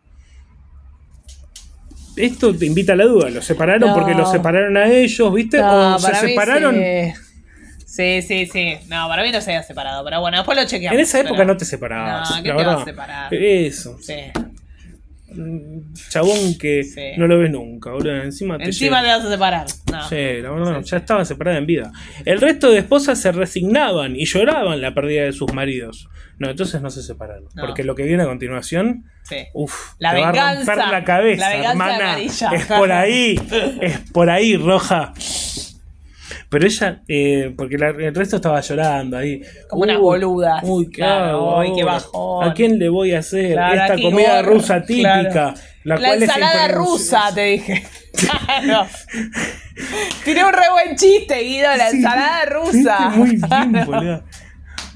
S1: Esto te invita a la duda. ¿Los separaron
S2: No.
S1: porque los separaron a ellos, viste?
S2: No,
S1: ¿O se
S2: para mí
S1: separaron?
S2: se- Sí, sí, sí. No, para mí no se había separado, pero bueno, después lo chequeamos.
S1: En esa época
S2: pero-
S1: no te separabas.
S2: No, ¿qué
S1: la
S2: te vas a
S1: verdad.
S2: separar?
S1: Eso.
S2: Sí.
S1: Mm, Chabón que
S2: Sí.
S1: no lo ves nunca, boludo. Encima te
S2: Encima
S1: lleva.
S2: te vas a separar. No.
S1: Sí, la verdad, ya estaba separada en vida. El resto de esposas se resignaban y lloraban la pérdida de sus maridos. No, entonces no se separaron.
S2: No.
S1: Porque lo que viene a continuación,
S2: sí.
S1: uff,
S2: La
S1: te va a
S2: venganza.
S1: romper la cabeza,
S2: La venganza
S1: hermana.
S2: amarilla.
S1: Es por ahí, es por ahí, roja. Pero ella, eh, porque la- el resto estaba llorando ahí.
S2: Como unas
S1: Uy,
S2: boludas.
S1: Uy, qué
S2: Claro,
S1: hago
S2: uy, qué
S1: ahora?
S2: bajón.
S1: ¿A quién le voy a hacer
S2: Claro, ¿a
S1: esta
S2: quién?
S1: comida
S2: Gordo,
S1: rusa típica?
S2: claro.
S1: La,
S2: La,
S1: cual es
S2: ensalada
S1: impronunciable?
S2: rusa, te
S1: [LAUGHS]
S2: dije. Claro. Tiene un re buen chiste, Guido, la ensalada rusa.
S1: Estuviste Muy
S2: [LAUGHS]
S1: bien, boludo.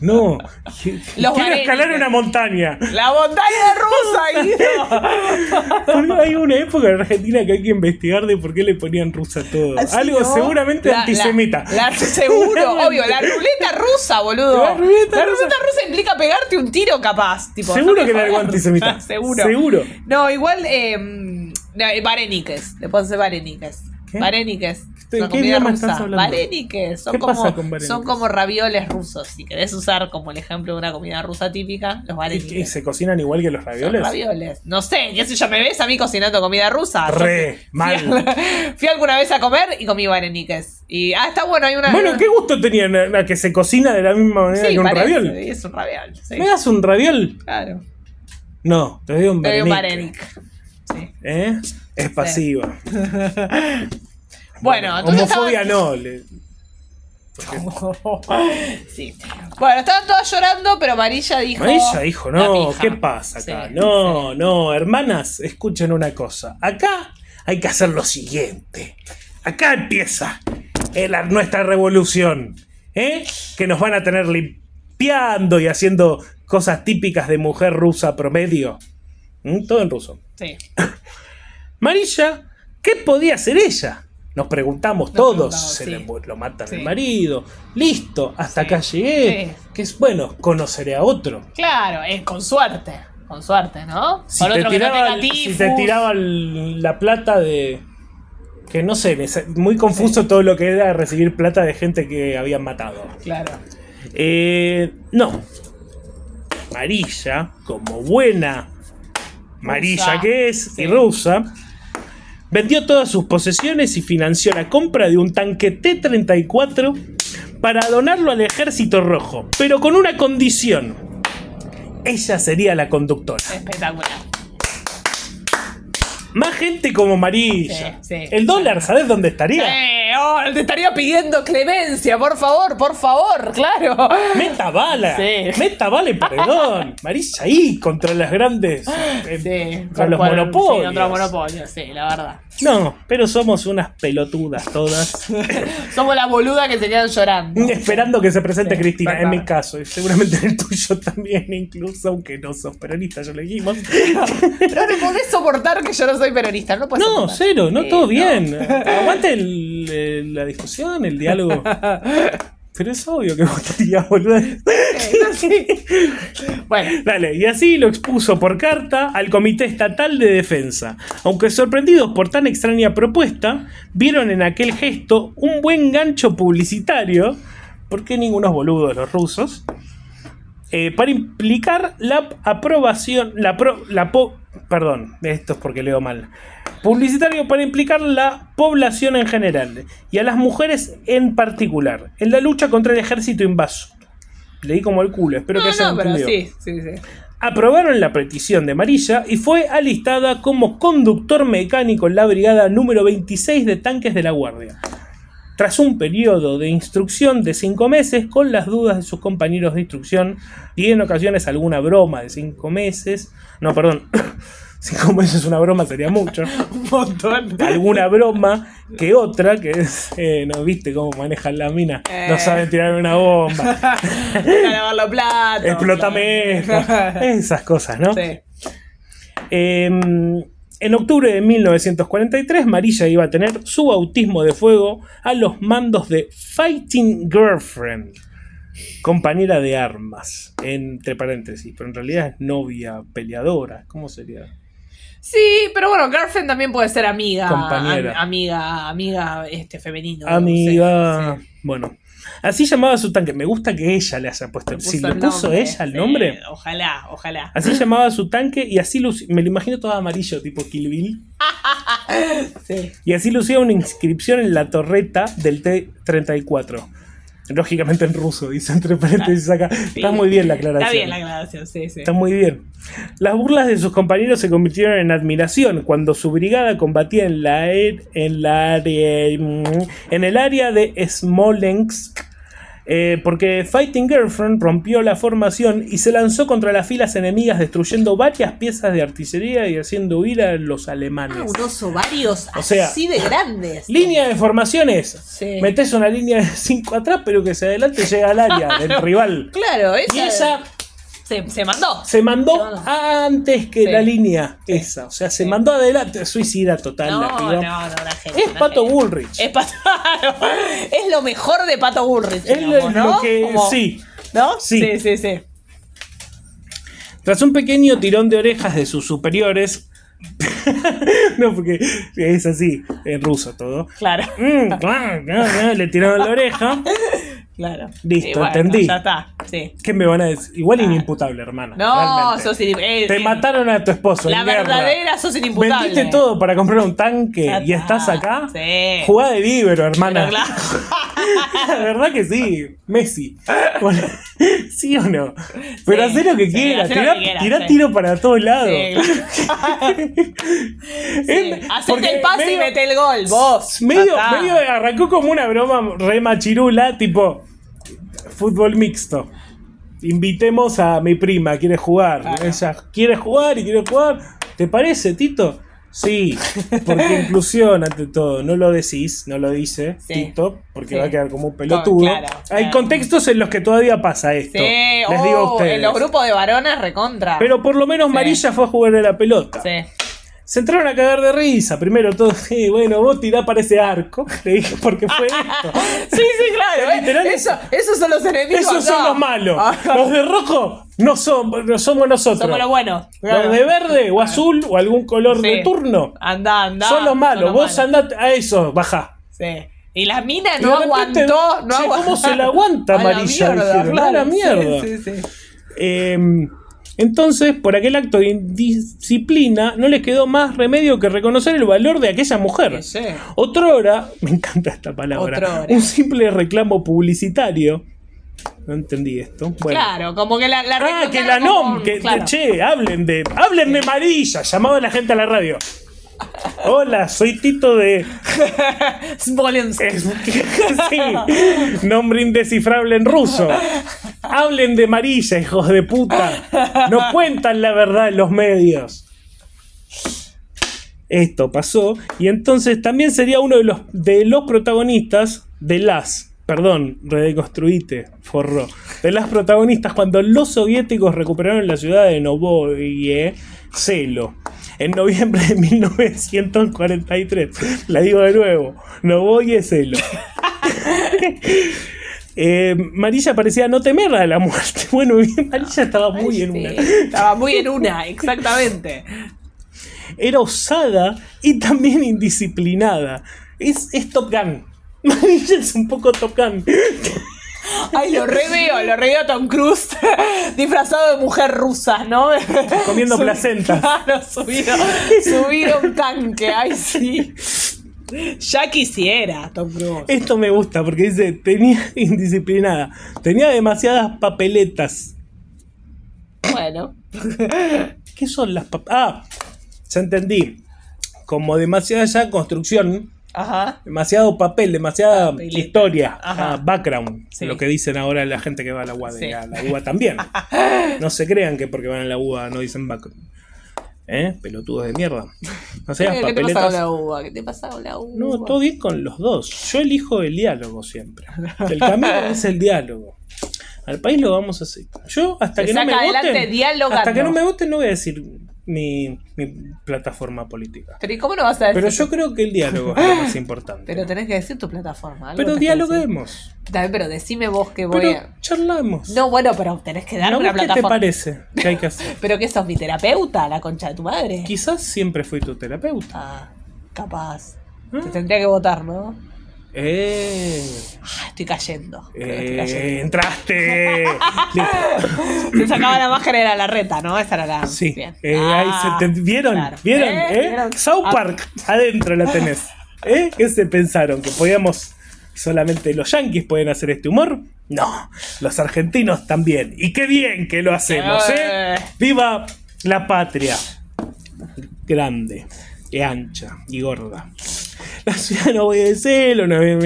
S1: No, quiero
S2: Varelis.
S1: escalar una montaña.
S2: La montaña rusa, Guido.
S1: Porque hay una época en Argentina que hay que investigar de por qué le ponían rusa a todo.
S2: Así,
S1: Algo
S2: Ah, ¿no?
S1: seguramente
S2: La- la-
S1: antisemita. [LAUGHS]
S2: La, seguro,
S1: Seguramente.
S2: obvio. La ruleta rusa, boludo.
S1: La ruleta
S2: La
S1: rusa.
S2: rusa implica pegarte un tiro capaz. Tipo,
S1: Seguro
S2: no me
S1: que era algo
S2: jodas.
S1: antisemita.
S2: [LAUGHS] seguro.
S1: Seguro.
S2: No, igual. Eh, no, eh, Vareniques. Le puedo hacer Vareniques.
S1: ¿Qué?
S2: Vareniques.
S1: ¿Qué-
S2: una
S1: qué
S2: comida
S1: idioma
S2: rusa.
S1: estás hablando?
S2: Vareniques. Son,
S1: ¿Qué
S2: como,
S1: pasa con vareniques?
S2: son como ravioles rusos. Si querés usar como el ejemplo de una comida rusa típica, los
S1: ¿Y, qué,
S2: vareniques.
S1: se cocinan igual que los
S2: Son
S1: ravioles?
S2: ravioles. No sé, qué sé yo, me ves a mí cocinando comida rusa. Yo
S1: Ah, Re,
S2: fui-
S1: mal.
S2: Fui, al- [LAUGHS] fui alguna vez a comer y comí vareniques. Y, ah, está bueno, hay una.
S1: Bueno, ¿qué gusto tenían a a que se cocina de la misma manera
S2: Sí,
S1: que un
S2: parece,
S1: raviol?
S2: sí, es un raviol. Sí,
S1: ¿Me das un raviol?
S2: claro.
S1: No, te doy un
S2: Te doy un
S1: varenic.
S2: varenic. Sí.
S1: ¿Eh? Es pasiva.
S2: Bueno, entonces.
S1: Homofobia
S2: estaban-
S1: no. le-
S2: Sí. Bueno, estaban todas llorando, pero Marilla dijo.
S1: Ella dijo,
S2: La
S1: no,
S2: pija.
S1: ¿qué pasa acá?
S2: Sí,
S1: no, no, hermanas, escuchen una cosa. Acá hay que hacer lo siguiente. Acá empieza el- nuestra revolución, ¿eh? Que nos van a tener limpiando y haciendo cosas típicas de mujer rusa promedio. ¿Mm? Todo en ruso.
S2: sí. Sí.
S1: Marilla, ¿qué podía hacer ella? Nos preguntamos
S2: Nos
S1: todos,
S2: preguntamos,
S1: se
S2: sí.
S1: le mu- lo matan
S2: Sí.
S1: el marido, listo, hasta
S2: Sí.
S1: acá llegué,
S2: Sí.
S1: que es bueno, conoceré a otro.
S2: Claro, es con suerte. Con suerte, ¿no?
S1: Si
S2: Con
S1: te,
S2: otro que no
S1: tiraba,
S2: tenga
S1: si
S2: tifus.
S1: te tiraba el- la plata de... Que no sé, me sa- muy confuso todo lo que era recibir plata de gente que habían matado.
S2: Claro.
S1: Eh, no. Marilla, como buena Marilla que es
S2: sí.
S1: y rusa, vendió todas sus posesiones y financió la compra de un tanque T-34 para donarlo al ejército rojo, pero con una condición. Ella sería la conductora.
S2: Espectacular.
S1: Más gente como Marilla.
S2: Sí, sí.
S1: El dólar, ¿sabes dónde estaría?
S2: Eh, oh, te estaría pidiendo clemencia, por favor, por favor, claro.
S1: Meta bala.
S2: Sí.
S1: Meta bala y perdón. Marilla ahí contra las grandes. eh,
S2: Ah, Sí,
S1: contra los
S2: bueno,
S1: monopolios.
S2: Sí, contra los monopolios, sí, la verdad.
S1: No, pero somos unas pelotudas
S2: [LAUGHS]
S1: todas.
S2: Somos la boluda que se
S1: [LAUGHS]
S2: quedan llorando.
S1: esperando que se presente
S2: Sí,
S1: Cristina, en
S2: bárbaro.
S1: mi caso, y seguramente en el tuyo también, incluso, aunque no sos peronista, ya lo
S2: [LAUGHS]
S1: dijimos.
S2: No te podés soportar que yo no soy peronista, no puedes Eh,
S1: No,
S2: soportar.
S1: cero, no,
S2: Sí,
S1: todo bien. Aguante el- eh, la discusión, el diálogo. Pero es obvio que votaría, boludo. [LAUGHS]
S2: Bueno,
S1: Dale, y así lo expuso por carta al Comité Estatal de Defensa. Aunque sorprendidos por tan extraña propuesta, vieron en aquel gesto un buen gancho publicitario, porque ningunos boludos los rusos, eh, para implicar la aprobación, la, pro- la po- perdón, esto es porque leo mal, publicitario para implicar la población en general y a las mujeres en particular, en la lucha contra el ejército invaso. Leí como el culo, espero que
S2: no,
S1: haya
S2: no, pero
S1: entendido
S2: sí, sí, sí.
S1: [LAUGHS] aprobaron la petición de Marilla y fue alistada como conductor mecánico en la brigada número 26 de tanques de la Guardia. Tras un periodo de instrucción de cinco meses, con las dudas de sus compañeros de instrucción y en ocasiones alguna broma de cinco meses, no, perdón, [COUGHS] cinco meses una broma sería mucho,
S2: Un montón.
S1: alguna broma que otra, que es, eh, no viste cómo manejan la mina, no
S2: Eh.
S1: saben tirar una bomba,
S2: [LAUGHS] Para lavar los platos.
S1: explotame esto, esas cosas, ¿no?
S2: Sí.
S1: Eh, En octubre de 1943, Marilla iba a tener su bautismo de fuego a los mandos de Fighting Girlfriend, compañera de armas, entre paréntesis, pero en realidad es novia, peleadora, ¿cómo sería?
S2: Sí, pero bueno, girlfriend también puede ser amiga.
S1: Compañera.
S2: am- amiga, amiga este, femenino.
S1: Amiga.
S2: no sé,
S1: Bueno, así llamaba su tanque. Me gusta que ella le haya puesto.
S2: no sé.
S1: si
S2: Puso
S1: le
S2: el
S1: puso
S2: nombre,
S1: ella el
S2: sí, [LAUGHS]
S1: nombre,
S2: Ojalá, ojalá.
S1: así llamaba su tanque y así luci- me lo imagino todo amarillo, tipo Kill Bill.
S2: Sí.
S1: Y así lucía una inscripción en la torreta del T-34. Lógicamente en ruso, dice entre paréntesis acá. Está muy bien la aclaración.
S2: Ah, Está bien la aclaración, sí, sí.
S1: Está muy bien. Las burlas de sus compañeros se convirtieron en admiración cuando su brigada combatía en la, er- en la área en el área de Smolensk. eh, porque Fighting Girlfriend rompió la formación y se lanzó contra las filas enemigas, destruyendo varias piezas de artillería y haciendo huir a los alemanes.
S2: Ah, unos ovarios
S1: O sea,
S2: así de grandes.
S1: Línea de formaciones.
S2: Sí.
S1: Metés una línea de 5 atrás, pero que se adelante llega al área
S2: [LAUGHS]
S1: del rival.
S2: Claro, esa,
S1: Y esa
S2: se, se mandó.
S1: se mandó
S2: No.
S1: antes que
S2: Sí.
S1: la línea esa. O sea, se
S2: Sí.
S1: mandó adelante. Suicida total.
S2: No,
S1: la
S2: no,
S1: piba.
S2: no, la gente.
S1: es
S2: la
S1: Pato
S2: gente.
S1: Bullrich.
S2: Es Pato. [LAUGHS] es lo mejor de Pato Bullrich.
S1: Es lo-
S2: digamos, ¿no?
S1: lo que-
S2: Como-
S1: sí.
S2: ¿No?
S1: Sí.
S2: sí, sí. sí.
S1: Tras un pequeño tirón de orejas de sus superiores. [LAUGHS] no, porque es así, en ruso todo.
S2: Claro,
S1: Mm, claro, claro, claro, le tiraron la oreja.
S2: claro.
S1: Listo,
S2: Y
S1: entendí.
S2: Ya está, sí.
S1: ¿Qué me van a decir? Igual inimputable, hermana.
S2: Ah. No,
S1: realmente.
S2: sos in- eh,
S1: Te
S2: eh,
S1: mataron a tu esposo.
S2: La
S1: en guerra.
S2: verdadera sos inimputable.
S1: Vendiste todo para comprar un tanque
S2: Ya
S1: y estás
S2: está.
S1: acá.
S2: Sí.
S1: Jugá de libro, hermana.
S2: Pero claro.
S1: [LAUGHS] La verdad que sí, Messi. Bueno, [LAUGHS] sí o no. Pero
S2: Sí,
S1: haz lo que
S2: sí,
S1: quieras.
S2: hacé lo
S1: Tirá,
S2: que quieras,
S1: tirá
S2: sí.
S1: tiro para todos lados.
S2: [LAUGHS] eh,
S1: [LAUGHS]
S2: Sí,
S1: Es- porque
S2: Hacete el pase y
S1: medio-
S2: mete el gol, vos.
S1: Medio,
S2: Ya está.
S1: medio arrancó como una broma re machirula, tipo fútbol mixto. Invitemos a mi prima, quiere jugar.
S2: Claro.
S1: Ella quiere jugar y quiere jugar. ¿Te parece, Tito? Sí, porque
S2: [LAUGHS]
S1: inclusión ante todo. No lo decís, no lo dice
S2: Sí.
S1: Tito, porque
S2: Sí.
S1: va a quedar como un pelotudo.
S2: Claro,
S1: Hay
S2: claro.
S1: contextos en los que todavía pasa esto.
S2: Sí,
S1: les
S2: oh,
S1: digo a ustedes.
S2: en los grupos de varones recontra.
S1: Pero por lo menos
S2: Sí.
S1: Marilla fue a jugar a la pelota.
S2: Sí.
S1: Se entraron a cagar de risa. Primero todos, "Sí, bueno, vos tirá para ese arco. Le dije, porque fue
S2: [LAUGHS]
S1: esto.
S2: Sí, sí, claro.
S1: [LAUGHS]
S2: eh.
S1: Literal,
S2: Eso, esos son los enemigos.
S1: Esos son
S2: no. Ah.
S1: los malos.
S2: Ajá.
S1: Los de rojo no somos, no somos nosotros.
S2: Somos los buenos.
S1: Los de verde o azul o algún color de
S2: Sí.
S1: turno
S2: Anda, anda.
S1: son los malos. Vos
S2: malos.
S1: andate a eso, bajá.
S2: Sí. Y la mina
S1: Y
S2: no
S1: de repente,
S2: aguantó, no
S1: che, ¿cómo
S2: aguantó.
S1: se la aguanta,
S2: [LAUGHS] A la
S1: Amarilla?
S2: mierda,
S1: Dijeron, a la
S2: claro.
S1: mierda.
S2: Sí, sí, sí.
S1: Eh, entonces, por aquel acto de indisciplina, no les quedó más remedio que reconocer el valor de aquella mujer.
S2: Sí, sí.
S1: Otrora, [LAUGHS] me encanta esta palabra,
S2: Otrora.
S1: un simple reclamo publicitario. No entendí esto. Bueno.
S2: Claro, como que la, la
S1: Ah,
S2: recontaron
S1: que la
S2: como
S1: NOM,
S2: un-
S1: que
S2: claro. [LAUGHS]
S1: che, hablen de, hablen de Marilla, llamaba la gente a la radio. Hola, soy Tito de
S2: Smolensk.
S1: es- [LAUGHS] sí, nombre indescifrable en ruso. Hablen de Marilla, hijos de puta. No cuentan la verdad en los medios. Esto pasó. Y entonces también sería uno de los, de los protagonistas de las. Perdón, redeconstruite, forró. De las protagonistas cuando los soviéticos recuperaron la ciudad de Novoye, Celo. En noviembre de 1943. La digo de nuevo. Novoye, Celo. Eh, Marilla parecía no temer a la muerte. [LAUGHS] Bueno, Marilla estaba muy en una.
S2: Sí, Estaba muy en una,
S1: [LAUGHS]
S2: exactamente.
S1: era osada y también indisciplinada. Es, es Top Gun. [LAUGHS] Marilla es un poco Top Gun.
S2: Ay, lo reveo, lo reveo a Tom Cruise [LAUGHS] disfrazado de mujer rusa, ¿no?
S1: [LAUGHS] Comiendo
S2: Sub-
S1: placentas.
S2: Claro, subido, subido a un tanque, ay, sí. Ya quisiera, Tom Cruise.
S1: Esto me gusta porque dice, tenía [LAUGHS] indisciplinada. Tenía demasiadas papeletas.
S2: Bueno,
S1: ¿Qué son las papeletas? Ah, ya entendí. Como demasiada ya construcción,
S2: ajá.
S1: demasiado papel, demasiada
S2: Papeleta.
S1: historia,
S2: Ajá.
S1: ah, background.
S2: Sí.
S1: Lo que dicen ahora la gente que va a la UBA, de-
S2: Sí.
S1: a la UBA
S2: [LAUGHS]
S1: también. No se crean que porque van a la UBA no dicen background. ¿Eh? Pelotudos de mierda. No seas
S2: [LAUGHS] ¿Qué te pasa
S1: papeletas.
S2: con la uva? ¿Qué te pasa con la uva?
S1: No, todo bien con los dos. Yo elijo el diálogo siempre. El camino
S2: [LAUGHS]
S1: es el diálogo. Al país lo vamos a hacer. Yo hasta
S2: Se
S1: que no
S2: saca
S1: me
S2: adelante
S1: voten,
S2: dialogando.
S1: hasta que no me voten no voy a decir mi, mi plataforma política.
S2: Pero ¿y cómo no vas a decir?
S1: Pero yo creo que el diálogo es lo más importante.
S2: Pero tenés que decir tu plataforma. algo
S1: Pero
S2: tenés que
S1: dialoguemos.
S2: decir. También, pero decime vos que voy
S1: Pero
S2: a...
S1: charlamos.
S2: No, bueno, pero tenés que dar
S1: ¿No?
S2: una
S1: ¿Qué te
S2: plataforma.
S1: parece que hay que hacer?
S2: pero que sos mi terapeuta, la concha de tu madre.
S1: Quizás siempre fui tu
S2: [LAUGHS]
S1: terapeuta.
S2: Ah, capaz. Te
S1: Ah.
S2: tendría que votar, ¿no?
S1: ¡Eh!
S2: Ah, estoy cayendo. Creo que estoy
S1: eh entraste
S2: [LAUGHS]
S1: Listo.
S2: cayendo. Se sacaba la máscara, era la reta, ¿no? Esa era la.
S1: Eh, Sí.
S2: Bien.
S1: Eh,
S2: Ah,
S1: ahí se te- ¿Vieron?
S2: claro.
S1: ¿Vieron?
S2: Eh,
S1: ¿Eh?
S2: ¿vieron?
S1: South
S2: Ah,
S1: Park, adentro la tenés. ¿Eh? ¿Qué se pensaron? ¿Que podíamos. Solamente los yanquis pueden hacer este humor? No, los argentinos también. Y qué bien que lo hacemos, ¿eh?
S2: Eh.
S1: ¡Viva la patria! Grande, y ancha y gorda. La ciudad no voy a decirlo, no voy a-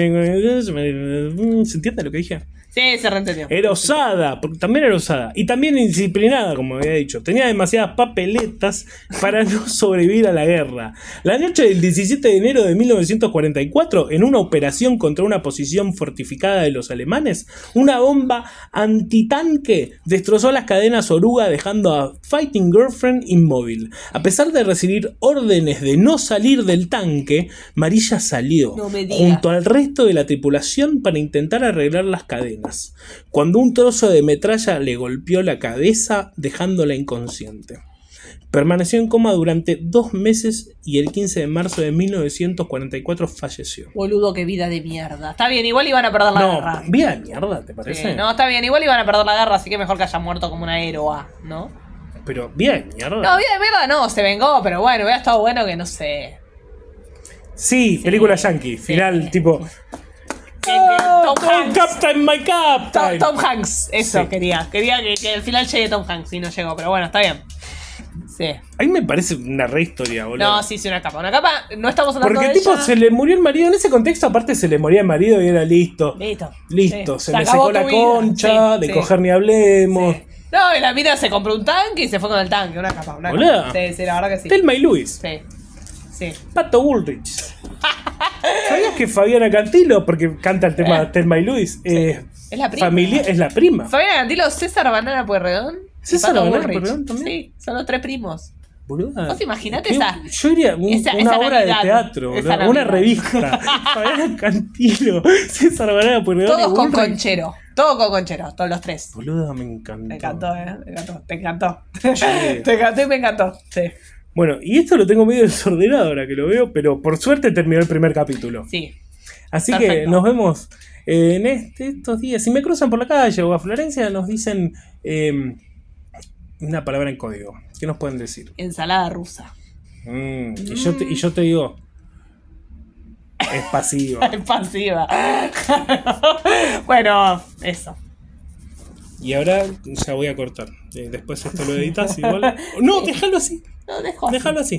S1: ¿Se entiende lo que dije?
S2: Sí, se reentendió.
S1: Era osada, porque también era osada. Y también indisciplinada, como había dicho. Tenía demasiadas papeletas para [LAUGHS] no sobrevivir a la guerra. La noche del 17 de enero de 1944, en una operación contra una posición fortificada de los alemanes, una bomba antitanque destrozó las cadenas oruga dejando a Fighting Girlfriend inmóvil. A pesar de recibir órdenes de no salir del tanque, Marilla salió
S2: No me digas.
S1: junto al resto de la tripulación para intentar arreglar las cadenas, cuando un trozo de metralla le golpeó la cabeza dejándola inconsciente. Permaneció en coma durante dos meses y el 15 de marzo de 1944 falleció.
S2: Boludo, qué vida de mierda. Está bien, igual iban a perder la
S1: No,
S2: guerra.
S1: vida de mierda, ¿te
S2: Sí,
S1: parece?
S2: no, está bien, igual iban a perder la guerra, así que mejor que haya muerto como una héroa, ¿no?
S1: Pero vida de mierda.
S2: No, vida de mierda no, se vengó, pero bueno, hubiera estado bueno que no sé.
S1: sí, película yankee,
S2: sí.
S1: final
S2: [LAUGHS]
S1: tipo...
S2: Que- que
S1: "Oh,
S2: Tom Hanks.
S1: Captain, my
S2: Tom,
S1: Captain.
S2: Tom Hanks, eso
S1: Sí.
S2: quería. Quería que, que al final llegue Tom Hanks y no llegó, pero bueno, está bien. Sí.
S1: A mí me parece una re historia, boludo.
S2: No, sí, sí, una capa. Una capa, no estamos hablando
S1: Porque
S2: de
S1: tipo,
S2: ella.
S1: se le murió el marido. En ese contexto, aparte, se le moría el marido y era listo.
S2: Listo.
S1: Listo,
S2: Sí.
S1: se, le
S2: acabó
S1: secó
S2: tu
S1: la
S2: vida.
S1: concha,
S2: Sí,
S1: de
S2: sí.
S1: coger ni hablemos.
S2: No, y la mina se compró un tanque y se fue con el tanque, una capa, una
S1: Boluda.
S2: capa. Sí, sí, la verdad que sí.
S1: Telma y Luis.
S2: Sí. Sí.
S1: Pato Bullrich. ¿Sabías que Fabiana Cantilo, porque canta el tema Telma y Luis, es,
S2: Es la prima.
S1: familia- es la prima?
S2: Fabián Cantilo, César Banana Pueyrredón. y
S1: César
S2: Pato
S1: Banana
S2: Bullrich.
S1: Pueyrredón también.
S2: Sí, son los tres primos.
S1: Boluda.
S2: Vos imaginate
S1: Qué-
S2: esa-
S1: Yo iría a un-
S2: esa-
S1: una
S2: esa
S1: obra
S2: Navidad.
S1: de teatro,
S2: Esa
S1: boluda, una
S2: Navidad.
S1: revista. Fabiana Cantilo, [LAUGHS] César Banana Pueyrredón y
S2: Todos con
S1: Bullrich.
S2: conchero. Todos con conchero, todos los tres.
S1: Boluda, me encantó.
S2: Me encantó, eh. Me encantó. Te encantó.
S1: Sí.
S2: [LAUGHS] Te encantó y me encantó. Sí.
S1: Bueno, y esto lo tengo medio [LAUGHS] desordenado ahora que lo veo, pero por suerte terminó el primer capítulo.
S2: Sí.
S1: Así que
S2: Perfecto.
S1: nos vemos eh, en este- estos días. Si me cruzan por la calle o a Florencia, nos dicen eh, una palabra en código. ¿Qué nos pueden decir?
S2: Ensalada rusa.
S1: Mm, y, yo te, y yo te digo. Es pasivo.
S2: [LAUGHS] Pasiva. bueno, eso.
S1: Y ahora ya voy a cortar. Eh, Después esto lo editas igual. No, déjalo así.
S2: No dejo así.
S1: Déjalo así.